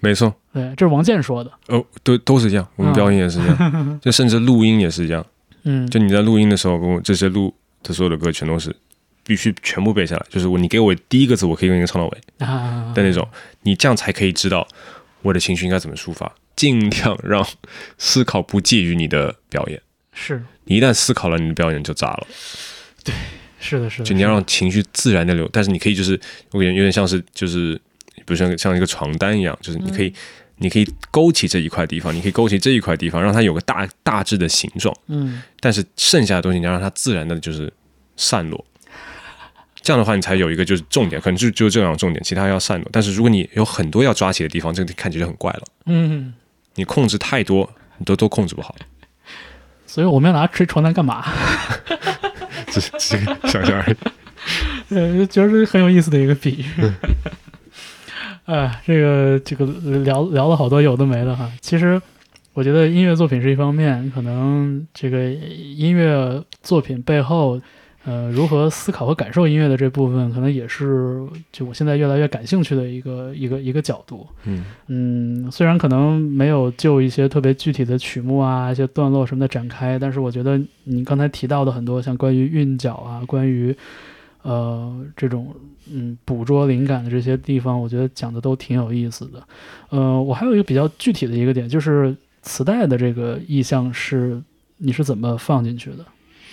没错，
对，这是王健说的。
哦，都都是这样，我们
嗯
表演也是这样，就甚至录音也是这样，
嗯，
就你在录音的时候，跟我这些录的所有的歌全都是必须全部背下来，就是我你给我第一个字，我可以用一个唱到尾
啊，
的那种，你这样才可以知道我的情绪应该怎么抒发，尽量让思考不介于你的表演。
是
你一旦思考了，你的表演就炸了。
是的，是的，
就你要
是的
让情绪自然的流，但是你可以就是，我感觉有点像是就是，比如像像一个床单一样，就是你可以、你可以勾起这一块地方，你可以勾起这一块地方，让它有个大大致的形状。
嗯，
但是剩下的东西你要让它自然的就是散落。这样的话，你才有一个就是重点，可能就就这两个重点，其他要散落。但是如果你有很多要抓起的地方，这个看起来就很怪了。
嗯，
你控制太多，你都都控制不好。
所以我们要拿吹床单干嘛？
只是只是想象而已。
呃，觉得是很有意思的一个比喻。 哎，这个这个聊聊了好多有的没的哈。其实我觉得音乐作品是一方面，可能这个音乐作品背后，呃，如何思考和感受音乐的这部分，可能也是就我现在越来越感兴趣的一个一个一个角度。
嗯
嗯，虽然可能没有就一些特别具体的曲目啊、一些段落什么的展开，但是我觉得你刚才提到的很多像关于韵脚啊、关于呃这种嗯捕捉灵感的这些地方，我觉得讲的都挺有意思的。呃，我还有一个比较具体的一个点，就是磁带的这个意象是你是怎么放进去的？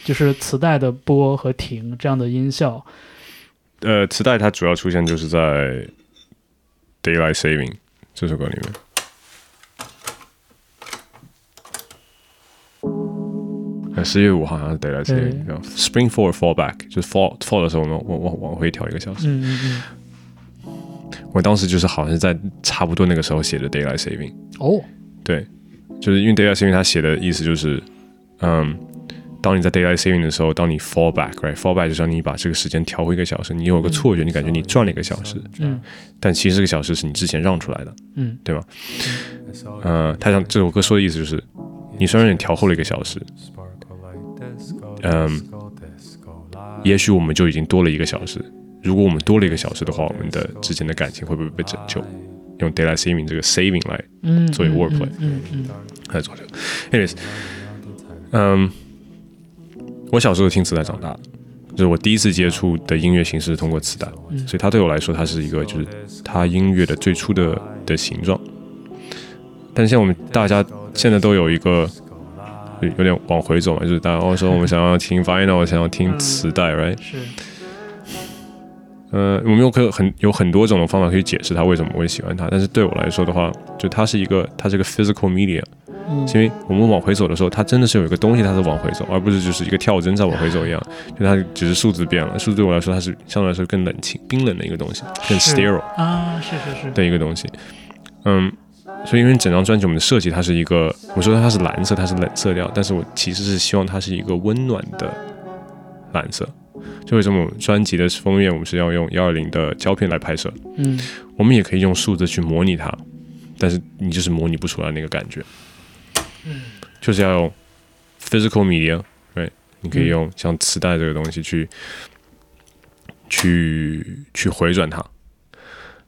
就是磁带的播和停这样的音效，
呃，磁带它主要出现就是在《Daylight Saving》这首歌里面。呃，十月五号好像是 Daylight
对
Saving，然后 Spring Forward Fall Back，就是 fall fall 的时候，我们往往往回调一个小时。
嗯嗯嗯，
我当时就是好像是在差不多那个时候写的 Daylight Saving，
哦，
对，就是因为 Daylight Saving 它写的意思就是，嗯，当你在 Daylight Saving 的时候，当你 fall back，right，fall back 就是让你把这个时间调回一个小时，你有个错觉，你感觉你转了一个小时，
嗯
但其实这个小时是你之前让出来的，
嗯
对吧？呃，他想这首歌说的意思就是，你虽然你调后了一个小时，
嗯，
也许我们就已经多了一个小时，如果我们多了一个小时的话，我们的之间的感情会不会被拯救？用 daylight saving 这个 saving 来
嗯，
作为
嗯
wordplay
嗯嗯嗯
来做这个。Anyways，嗯，我小时候听磁带长大，就是我第一次接触的音乐形式是通过磁带，所以它对我来说，它是一个就是它音乐的最初的的形状。但现在我们大家现在都有一个有有点往回走嘛，就是大家哦说我们想要听 vinyl，想要听磁带，right？
嗯是
呃，我们有可很有很多种的方法可以解释它为什么我会喜欢它，但是对我来说的话，就它是一个它是一个 physical media，
嗯
是因为我们往回走的时候，它真的是有一个东西它在往回走，而不是就是一个跳针在往回走一样，就它只是数字变了，数字对我来说它是相对来说更冷清、冰冷的一个东西，更
是
sterile
啊，是是是，
的一个东西，嗯。所以，因为整张专辑我们的设计，它是一个，我说它是蓝色，它是冷色调，但是我其实是希望它是一个温暖的蓝色。就为什么我们专辑的封面我们是要用幺二零的胶片来拍摄，
嗯
我们也可以用数字去模拟它，但是你就是模拟不出来那个感觉。就是要用 physical media，right？你可以用像磁带这个东西去、去去回转它。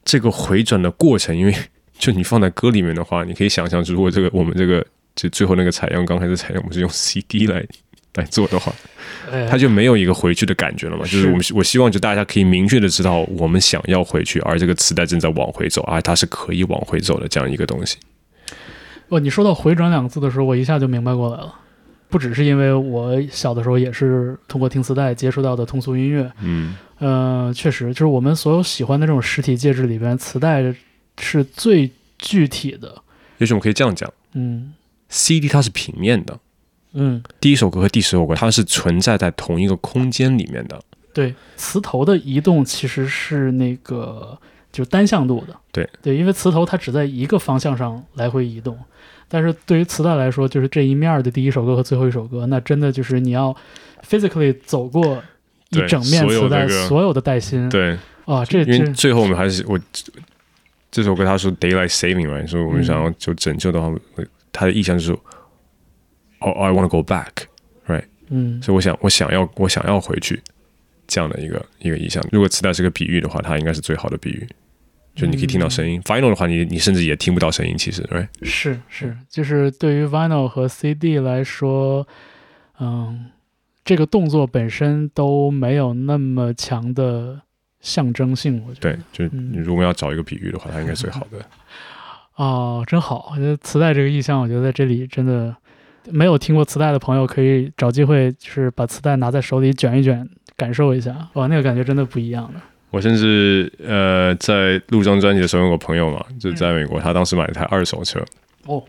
这个回转的过程，因为 就你放在歌里面的话，你可以想象，如果这个我们这个就最后那个采样，刚开始采样我们是用 CD 来来做的话，
哎
它就没有一个回去的感觉了嘛。就是我们我希望就大家可以明确的知道我们想要回去，而这个磁带正在往回走，啊而它是可以往回走的这样一个东西。
哦，你说到“回转”两个字的时候，我一下就明白过来了。不只是因为我小的时候也是通过听磁带接触到的通俗音乐，
嗯
呃，确实，就是我们所有喜欢的这种实体介质里边，磁带是最具体的。
也许我们可以这样讲
嗯
，CD 它是平面的，
嗯，
第一首歌和第十首歌它是存在在同一个空间里面的，
对，磁头的移动其实是那个就是单向度的。
对
对，因为磁头它只在一个方向上来回移动，但是对于磁带来说，就是这一面儿的第一首歌和最后一首歌，那真的就是你要 physically 走过一
对
整面
所有
磁带
这个
所有的带芯。
对，
啊，这
因为
这
最后我们还是我这首歌它说 daylight saving right，所以我们想要就拯救的话，它的意向就是 oh I want to go back，
嗯
所以我想我想要我想要回去这样的一个一个意向。如果磁带是个比喻的话，它应该是最好的比喻。就你可以听到声音、f i n a l 的话你你甚至也听不到声音，其实，right？
是是，就是对于 vinyl 和 CD 来说，嗯，这个动作本身都没有那么强的象征性，我觉得
对，就是你如果要找一个比喻的话，它应该是最好的。
哦，真好！我觉得磁带这个意象，我觉得在这里真的没有听过磁带的朋友，可以找机会就是把磁带拿在手里卷一卷，感受一下，哇，那个感觉真的不一样 的。
我甚至呃，在录这张专辑的时候，有个朋友嘛，就在美国，他当时买了台二手车。
哦，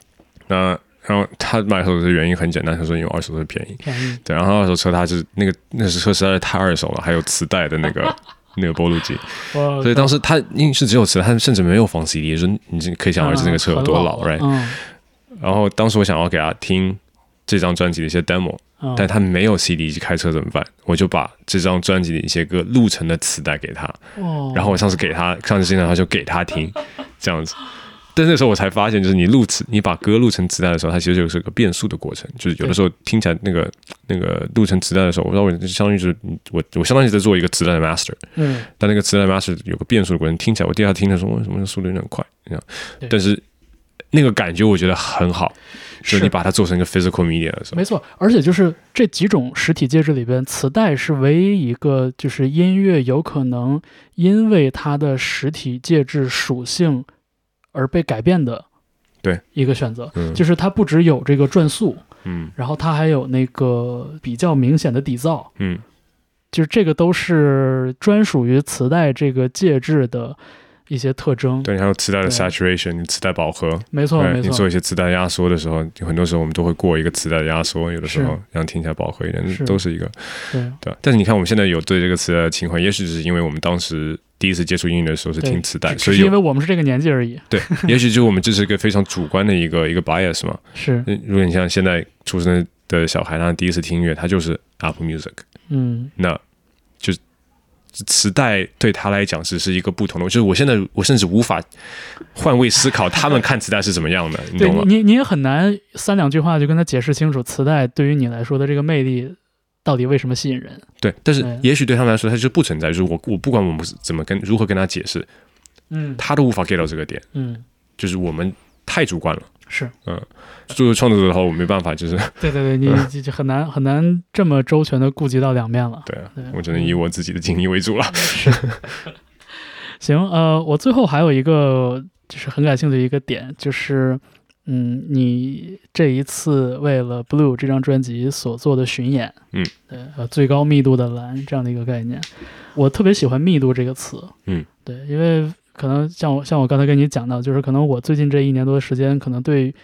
那然后他买二手车的原因很简单，他说因为二手车便宜。
便宜，
对，然后二手车它是那个那是车实在是太二手了，还有磁带的那个那个播录机，
哇
所以当时他因为是只有磁带，他甚至没有放 CD，就是你就可以想而知那个车有多 老、
嗯很
哎 right？、
嗯
然后当时我想要给他听这张专辑的一些 demo，
嗯，
但他没有 CD 开车怎么办？我就把这张专辑的一些歌录成的磁带给他，
哦
然后我上次给他，上次欣赏他就给他听，这样子。 但那时候我才发现，就是你录磁，你把歌录成磁带的时候，它其实就是个变速的过程。就是有的时候听起来那个那个录成磁带的时候，我不知道我就相当于就是我我相当于在做一个磁带的 master，
嗯
但那个磁带 master 有个变速的过程，听起来我第二次听的时候，为什么速度有点快？这样
对，
但是那个感觉我觉得很好，就是是你把它做成一个 physical media 的时候
没，错，而且就是这几种实体介质里边，磁带是唯一一个就是音乐有可能因为它的实体介质属性而被改变的，
对
一个选择，
嗯
就是它不只有这个转速，
嗯
然后它还有那个比较明显的底噪，
嗯，
就是这个都是专属于磁带这个介质的一些特征。
对，还哎有磁带的
对
saturation，你磁带饱和，
没错，
对
没
你做
错
一，些磁带压缩的时候，很多时候我们都会过一个磁带压缩，有的时候
是
让听起来饱和一点，
是
都是一个
对，
对吧。但是你看我们现在有对这个磁带的情况，也许只是因为我们当时第一次接触音乐的时候是
对
听磁带，
只只
所以
是因为
有
我们是这个年纪而已。
对，也许就是我们这是一个非常主观的一个一个 bias 嘛。
是，
那如果你像现在出生的小孩，他第一次听音乐，他就是 Apple Music，
嗯，
那就磁带对他来讲只是一个不同的，就是我现在我甚至无法换位思考他们看磁带是怎么样的，你
对
懂吗？
你，你也很难三两句话就跟他解释清楚磁带对于你来说的这个魅力到底为什么吸引人。
对，但是
嗯
也许对他们来说，它就不存在。就是我我不管我们怎么跟如何跟他解释，
嗯
他都无法 get 到这个点，
嗯，
就是我们太主观了。
是
作为创作者的话，我没办法，就是。
对对对，你就就很难很难这么周全的顾及到两面了
对啊
对，
我只能以我自己的经历为主了。
行，呃，我最后还有一个就是很感兴趣的一个点，就是，嗯，你这一次为了《Blue》这张专辑所做的巡演，
嗯，
对，呃，最高密度的蓝这样的一个概念，我特别喜欢“密度”这个词，
嗯，
对，因为可能像我像我刚才跟你讲到，就是可能我最近这一年多的时间，可能对。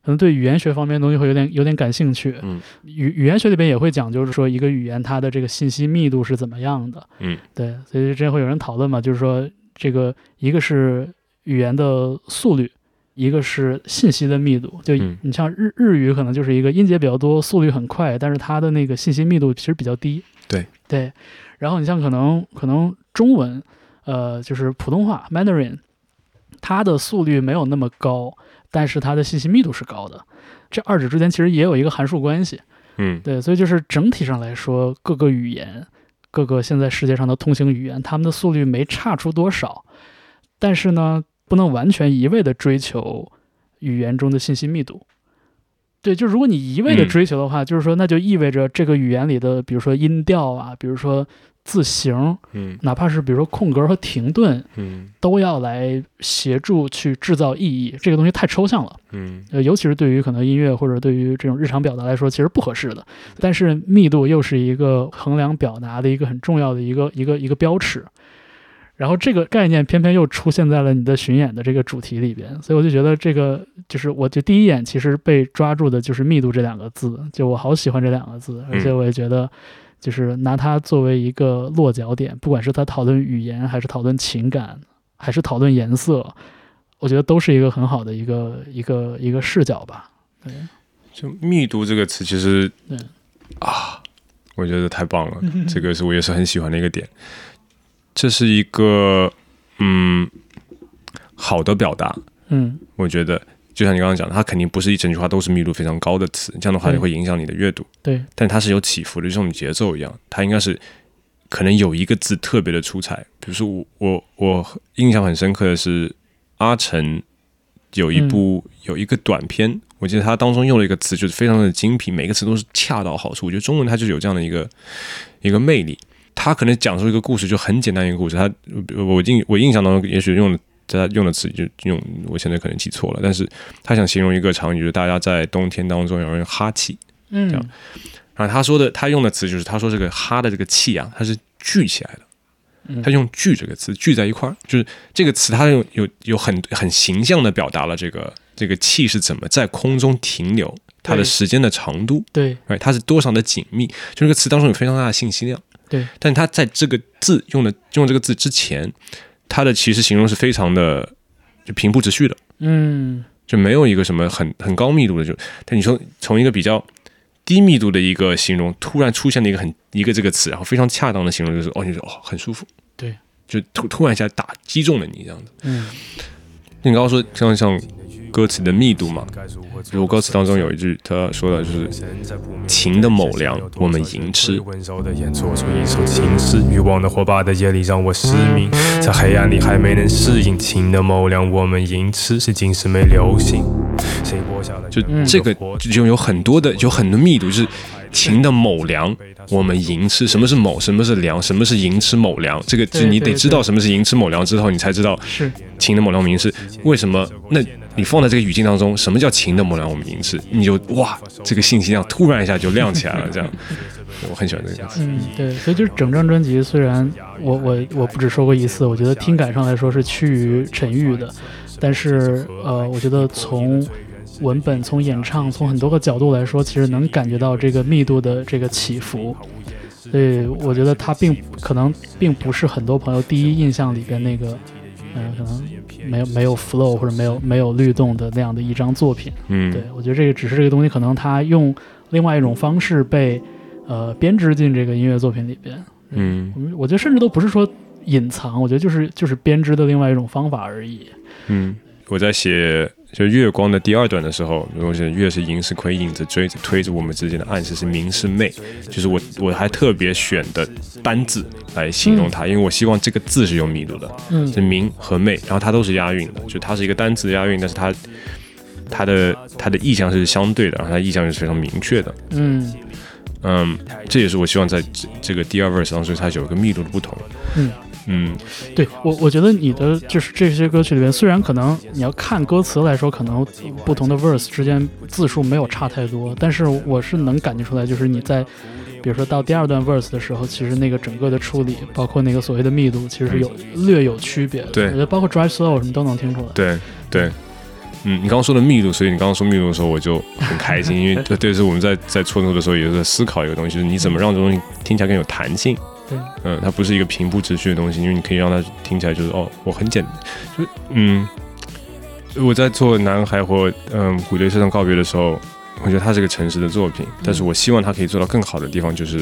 可能对语言学方面的东西会有点有点感兴趣，
嗯，
语语言学里边也会讲，就是说一个语言它的这个信息密度是怎么样的，
嗯
对，所以之前会有人讨论嘛，就是说这个一个是语言的速率，一个是信息的密度。就
嗯
你像日日语可能就是一个音节比较多，速率很快，但是它的那个信息密度其实比较低。
对
对，然后你像可能可能中文，呃，就是普通话 Mandarin，它的速率没有那么高，但是它的信息密度是高的。这二者之间其实也有一个函数关系。
嗯
对，所以就是整体上来说，各个语言，各个现在世界上的通行语言，它们的速率没差出多少，但是呢，不能完全一味的追求语言中的信息密度。对，就如果你一味的
嗯
追求的话，就是说，那就意味着这个语言里的，比如说音调啊，比如说字形，
嗯
哪怕是比如说空格和停顿，
嗯
都要来协助去制造意义。这个东西太抽象了。
嗯
呃，尤其是对于可能音乐或者对于这种日常表达来说，其实不合适的。但是密度又是一个衡量表达的一个很重要的一个一个一个标尺。然后这个概念偏偏又出现在了你的巡演的这个主题里边，所以我就觉得这个就是我就第一眼其实被抓住的就是密度这两个字，就我好喜欢这两个字，而且我也觉得就是拿它作为一个落脚点，不管是它讨论语言，还是讨论情感，还是讨论颜色，我觉得都是一个很好的一个一个一个视角吧。
就密度这个词，其实
对
啊，我觉得太棒了，这个是我也是很喜欢的一个点。这是一个嗯好的表达，
嗯
我觉得就像你刚刚讲的，它肯定不是一整句话都是密度非常高的词，这样的话
对
也会影响你的阅读，，
对，
但它是有起伏的，就像我们节奏一样，它应该是。可能有一个字特别的出彩，比如说我我我印象很深刻的是阿成有一部、有一个短片，我记得他当中用了一个词，就是非常的精辟，每个词都是恰到好处。我觉得中文它就有这样的一个一个魅力，他可能讲述一个故事就很简单一个故事，他我我印我印象当中也许用的他用的词就用我现在可能记错了，但是他想形容一个场景，就是大家在冬天当中有人哈气，
嗯
这样然后他说的他用的词就是他说这个哈的这个气啊，它是聚起来的。
嗯
他用“聚”这个词聚在一块儿，就是这个词，它有有有很很形象的表达了这个这个气是怎么在空中停留，它的
对
时间的长度，
对
哎，它是多少的紧密，就这个词当中有非常大的信息量。
对，
但它在这个字用的用这个字之前，它的其实形容是非常的就平铺直叙的，
嗯
就没有一个什么很很高密度的就，但你说从一个比较低密度的一个形容，突然出现了一个很一个这个词，然后非常恰当的形容就是哦，你说哦很舒服，
对，
就突突然一下打击中了你这样子。
嗯
你刚刚说像像歌词的密度嘛，如歌词当中有一句他说的就是情的某粮我们吟吃
温柔的演奏出一首情诗，欲望的火把的夜里让我失明，在黑暗里还没能适应情的某粮我们吟吃，是今时没流行。谁播下了
就
嗯
远古的
这个
火
就有很多的有很多密度，就是情的某粮，我们寅吃什么是某，什么是粮，什么是寅吃某粮，这个就
对
你
对
得
对
知道什么是寅吃某粮之后，你才知道
是
情的某粮我们寅吃为什么。那你放在这个语境当中，什么叫情的某粮我们寅吃，你就哇，这个信息量突然一下就亮起来了，这样， 我很喜欢这个歌词。
嗯对，所以就是整张专辑虽然我我我不止说过一次，我觉得听感上来说是趋于沉郁的，但是呃，我觉得从文本、从演唱、从很多个角度来说，其实能感觉到这个密度的这个起伏。所以我觉得它并可能并不是很多朋友第一印象里边那个，嗯、可能没有没有 flow 或者没有没有律动的那样的一张作品。
嗯，
对，我觉得这个只是这个东西，可能它用另外一种方式被呃编织进这个音乐作品里边。
嗯
我们我觉得甚至都不是说隐藏，我觉得就是就是编织的另外一种方法而已。
嗯，我在写就月光的第二段的时候，如果是月是银是魁，影子追着推着我们之间的暗示是明是媚，就是我我还特别选的单字来形容它，因为我希望这个字是有密度的，
嗯
是明和媚，然后它都是押韵的，就它是一个单字押韵，但是它它的它的意象是相对的，然后它的意象是非常明确的，
嗯
嗯，这也是我希望在这这个第二 verse 当中它有一个密度的不同，
嗯
嗯
对我，我觉得你的就是这些歌曲里边，虽然可能你要看歌词来说，可能不同的 verse 之间字数没有差太多，但是我是能感觉出来，就是你在比如说到第二段 verse 的时候，其实那个整个的处理，包括那个所谓的密度，其实是有略有区别的。
对
我觉得包括 drive slow 什么都能听出来。
对对，嗯，你刚刚说的密度，所以你刚刚说密度的时候，我就很开 心，因为对，对是我们在在创作的时候，也是在思考一个东西，就是你怎么让这东西听起来更有弹性。
对，
嗯，它不是一个平铺直叙的东西，因为你可以让它听起来就是哦，我很简，就嗯，我在做《男孩》或嗯《鼓队车上告别》的时候，我觉得它是个诚实的作品，
嗯
但是我希望它可以做到更好的地方，就是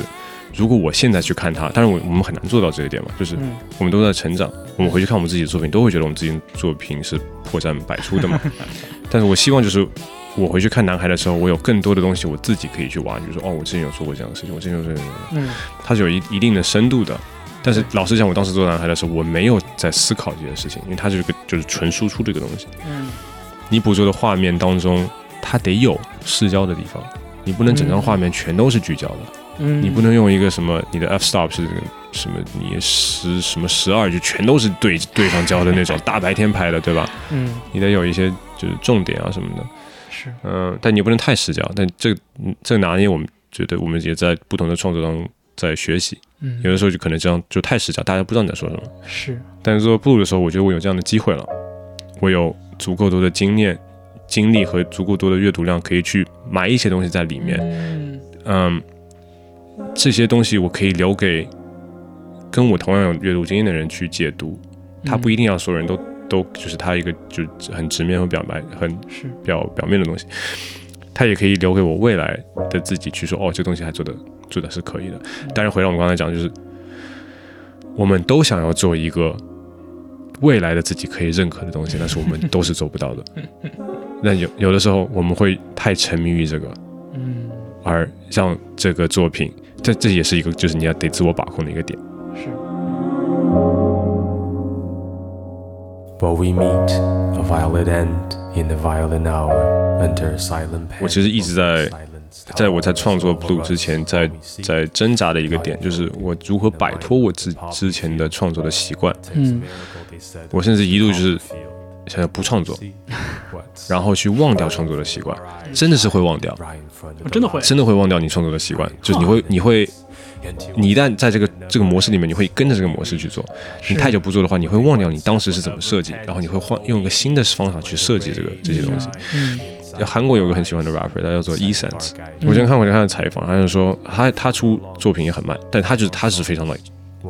如果我现在去看它，但是我我们很难做到这一点嘛，就是
嗯
我们都在成长，我们回去看我们自己的作品，都会觉得我们自己的作品是破绽百出的嘛。但是我希望就是我回去看《男孩》的时候，我有更多的东西我自己可以去挖掘，说哦，我之前有做过这样的事情，我之前有做过这样的事情
嗯
它是有一一定的深度的。但是老实讲，我当时做男孩的时候，我没有在思考这件事情，因为它是个就是纯输出这个东西。
嗯
你捕捉的画面当中，它得有视焦的地方，你不能整张
嗯
画面全都是聚焦的，
嗯，
你不能用一个什么你的 f stop 是什么你十什么十二就全都是对对上焦的那种，大白天拍的，对吧？
嗯
你得有一些就是重点啊什么的。
是
嗯，但你也不能太失焦。但这个嗯这个拿捏，我们觉得我们也在不同的创作当中在学习。
嗯
有的时候就可能这样就太实焦，大家不知道你在说什么。
是
但是做布鲁的时候，我觉得我有这样的机会了，我有足够多的经验、经历和足够多的阅读量，可以去埋一些东西在里面。
嗯
嗯，这些东西我可以留给跟我同样有阅读经验的人去解读，
嗯
他不一定要所有人都都就是他一个就很直面和表白很
嗯是
表表面的东西，它也可以留给我未来的自己去说，哦，这东西还做的做的是可以的。但是回到我们刚才讲，就是我们都想要做一个未来的自己可以认可的东西，但是我们都是做不到的。那有有的时候我们会太沉迷于这个，
嗯
而让这个作品，这这也是一个就是你要得自我把控的一个点。
是嗯
But we meet a violent end in the violent hour under silent pen.
我其实一直在
Silence
在我在创作 Blue 之前，在在挣扎的一个点，就是我如何摆脱我之之前的创作的习惯。
嗯
我甚至一度就是想要不创作，然后去忘掉创作的习惯，真的是会忘掉，
我真的会
真的会忘掉你创作的习惯，就是你会你会。你一旦在这个这个模式里面，你会跟着这个模式去做。你太久不做的话，你会忘掉你当时是怎么设计，然后你会换用一个新的方法去设计这个这些东西。
嗯
韩国有个很喜欢的 rapper，他叫做 e s e n s 我之前看过他的采访，他就说他他出作品也很慢，但他就是他是非常的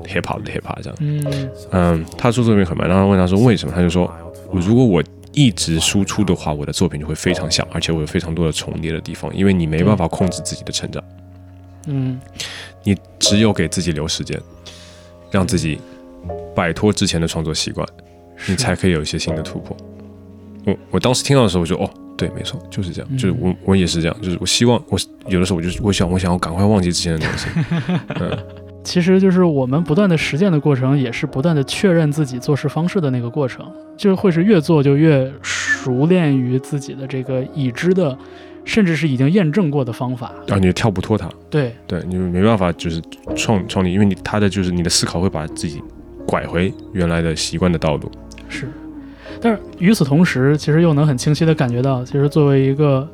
hip hop 的 hip hop 这样。
嗯
嗯，他出作品很慢，然后问他说为什么，他就说，我如果我一直输出的话，我的作品就会非常小，而且我有非常多的重叠的地方，因为你没办法控制自己的成长，
嗯
你只有给自己留时间，让自己摆脱之前的创作习惯，你才可以有一些新的突破。我我当时听到的时候，我就哦，对，没错，就是这样，就是我我也是这样，就是我希望我有的时候我就是我想我想要赶快忘记之前的东西，
其实就是我们不断的实践的过程，也是不断的确认自己做事方式的那个过程，就是会是越做就越熟练于自己的这个已知的，甚至是已经验证过的方法。
然后啊你就跳不脱它。
对，
对，你就没办法就是创创立，因为你他的就是你的思考会把自己拐回原来的习惯的道路。
是。但是与此同时，其实又能很清晰的感觉到，其实作为一个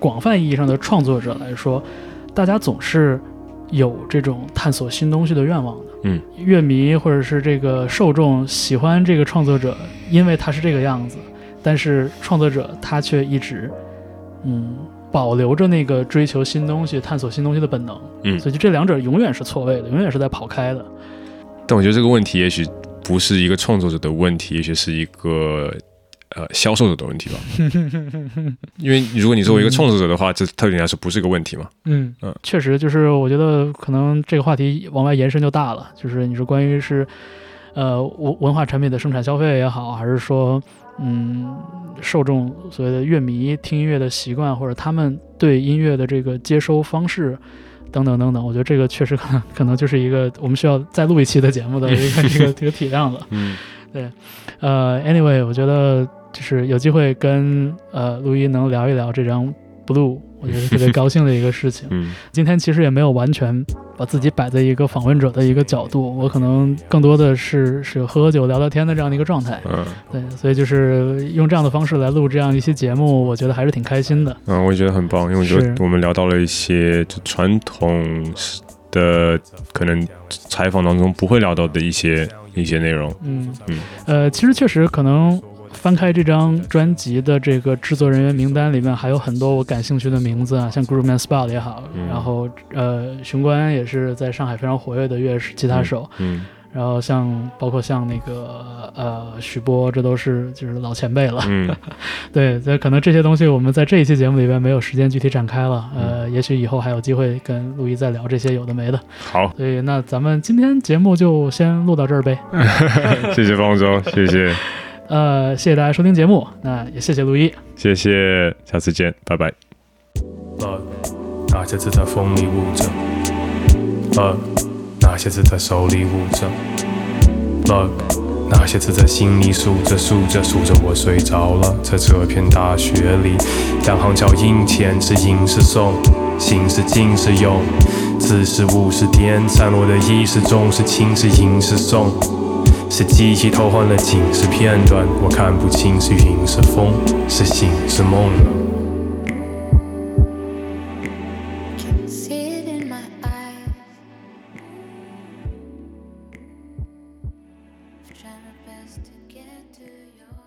广泛意义上的创作者来说，大家总是有这种探索新东西的愿望的。
嗯，
乐迷或者是这个受众喜欢这个创作者，因为他是这个样子，但是创作者他却一直，嗯，保留着那个追求新东西、探索新东西的本能。
嗯
所以就这两者永远是错位的，永远是在跑开的。
但我觉得这个问题也许不是一个创作者的问题，也许是一个呃销售者的问题吧。因为如果你作为一个创作者的话，这特点来说不是个问题嘛。
嗯
嗯，
确实，就是我觉得可能这个话题往外延伸就大了，就是你说关于是，呃，文文化产品的生产消费也好，还是说，嗯受众所谓的乐迷听音乐的习惯，或者他们对音乐的这个接收方式。等等等等，我觉得这个确实可能可能就是一个我们需要再录一期的节目的一个一个一个体量了。
嗯，。
呃，anyway，我觉得就是有机会跟呃陆一能聊一聊这张 Blue，我觉得是特别高兴的一个事情
嗯，
今天其实也没有完全把自己摆在一个访问者的一个角度，我可能更多的是是喝喝酒、聊聊天的这样的一个状态。
嗯，
对，所以就是用这样的方式来录这样一期节目，我觉得还是挺开心的。
嗯，我也觉得很棒，因为我觉
是
得我们聊到了一些就传统的可能采访当中不会聊到的一些一些内容。
嗯
嗯，
呃，其实确实可能翻开这张专辑的这个制作人员名单里面，还有很多我感兴趣的名字啊，像 Grooveman Spa 也好，
嗯
然后呃，熊关也是在上海非常活跃的乐手吉他手，
嗯
然后像包括像那个呃许波，这都是就是老前辈了。
嗯，
对，所以可能这些东西我们在这一期节目里边没有时间具体展开了，呃，也许以后还有机会跟陆毅再聊这些有的没的。
好，
所以那咱们今天节目就先录到这儿呗。
谢谢方舟，谢谢
呃，谢谢大家收听节目，那也谢谢陆一。
谢谢，下次见，拜拜。
二，呃那些字在风里舞着；二，那些字在手里舞着；二，那些字在心里数着数着数着，我睡着了，在这片大雪里。两行脚印，前是影是送，形是静是用，字是物是颠，散落的意是重是轻是吟是颂。是机器偷换了景是片段，我看不清是云是风，是醒是梦了。
Can see it in my eyes. Try my best to get to your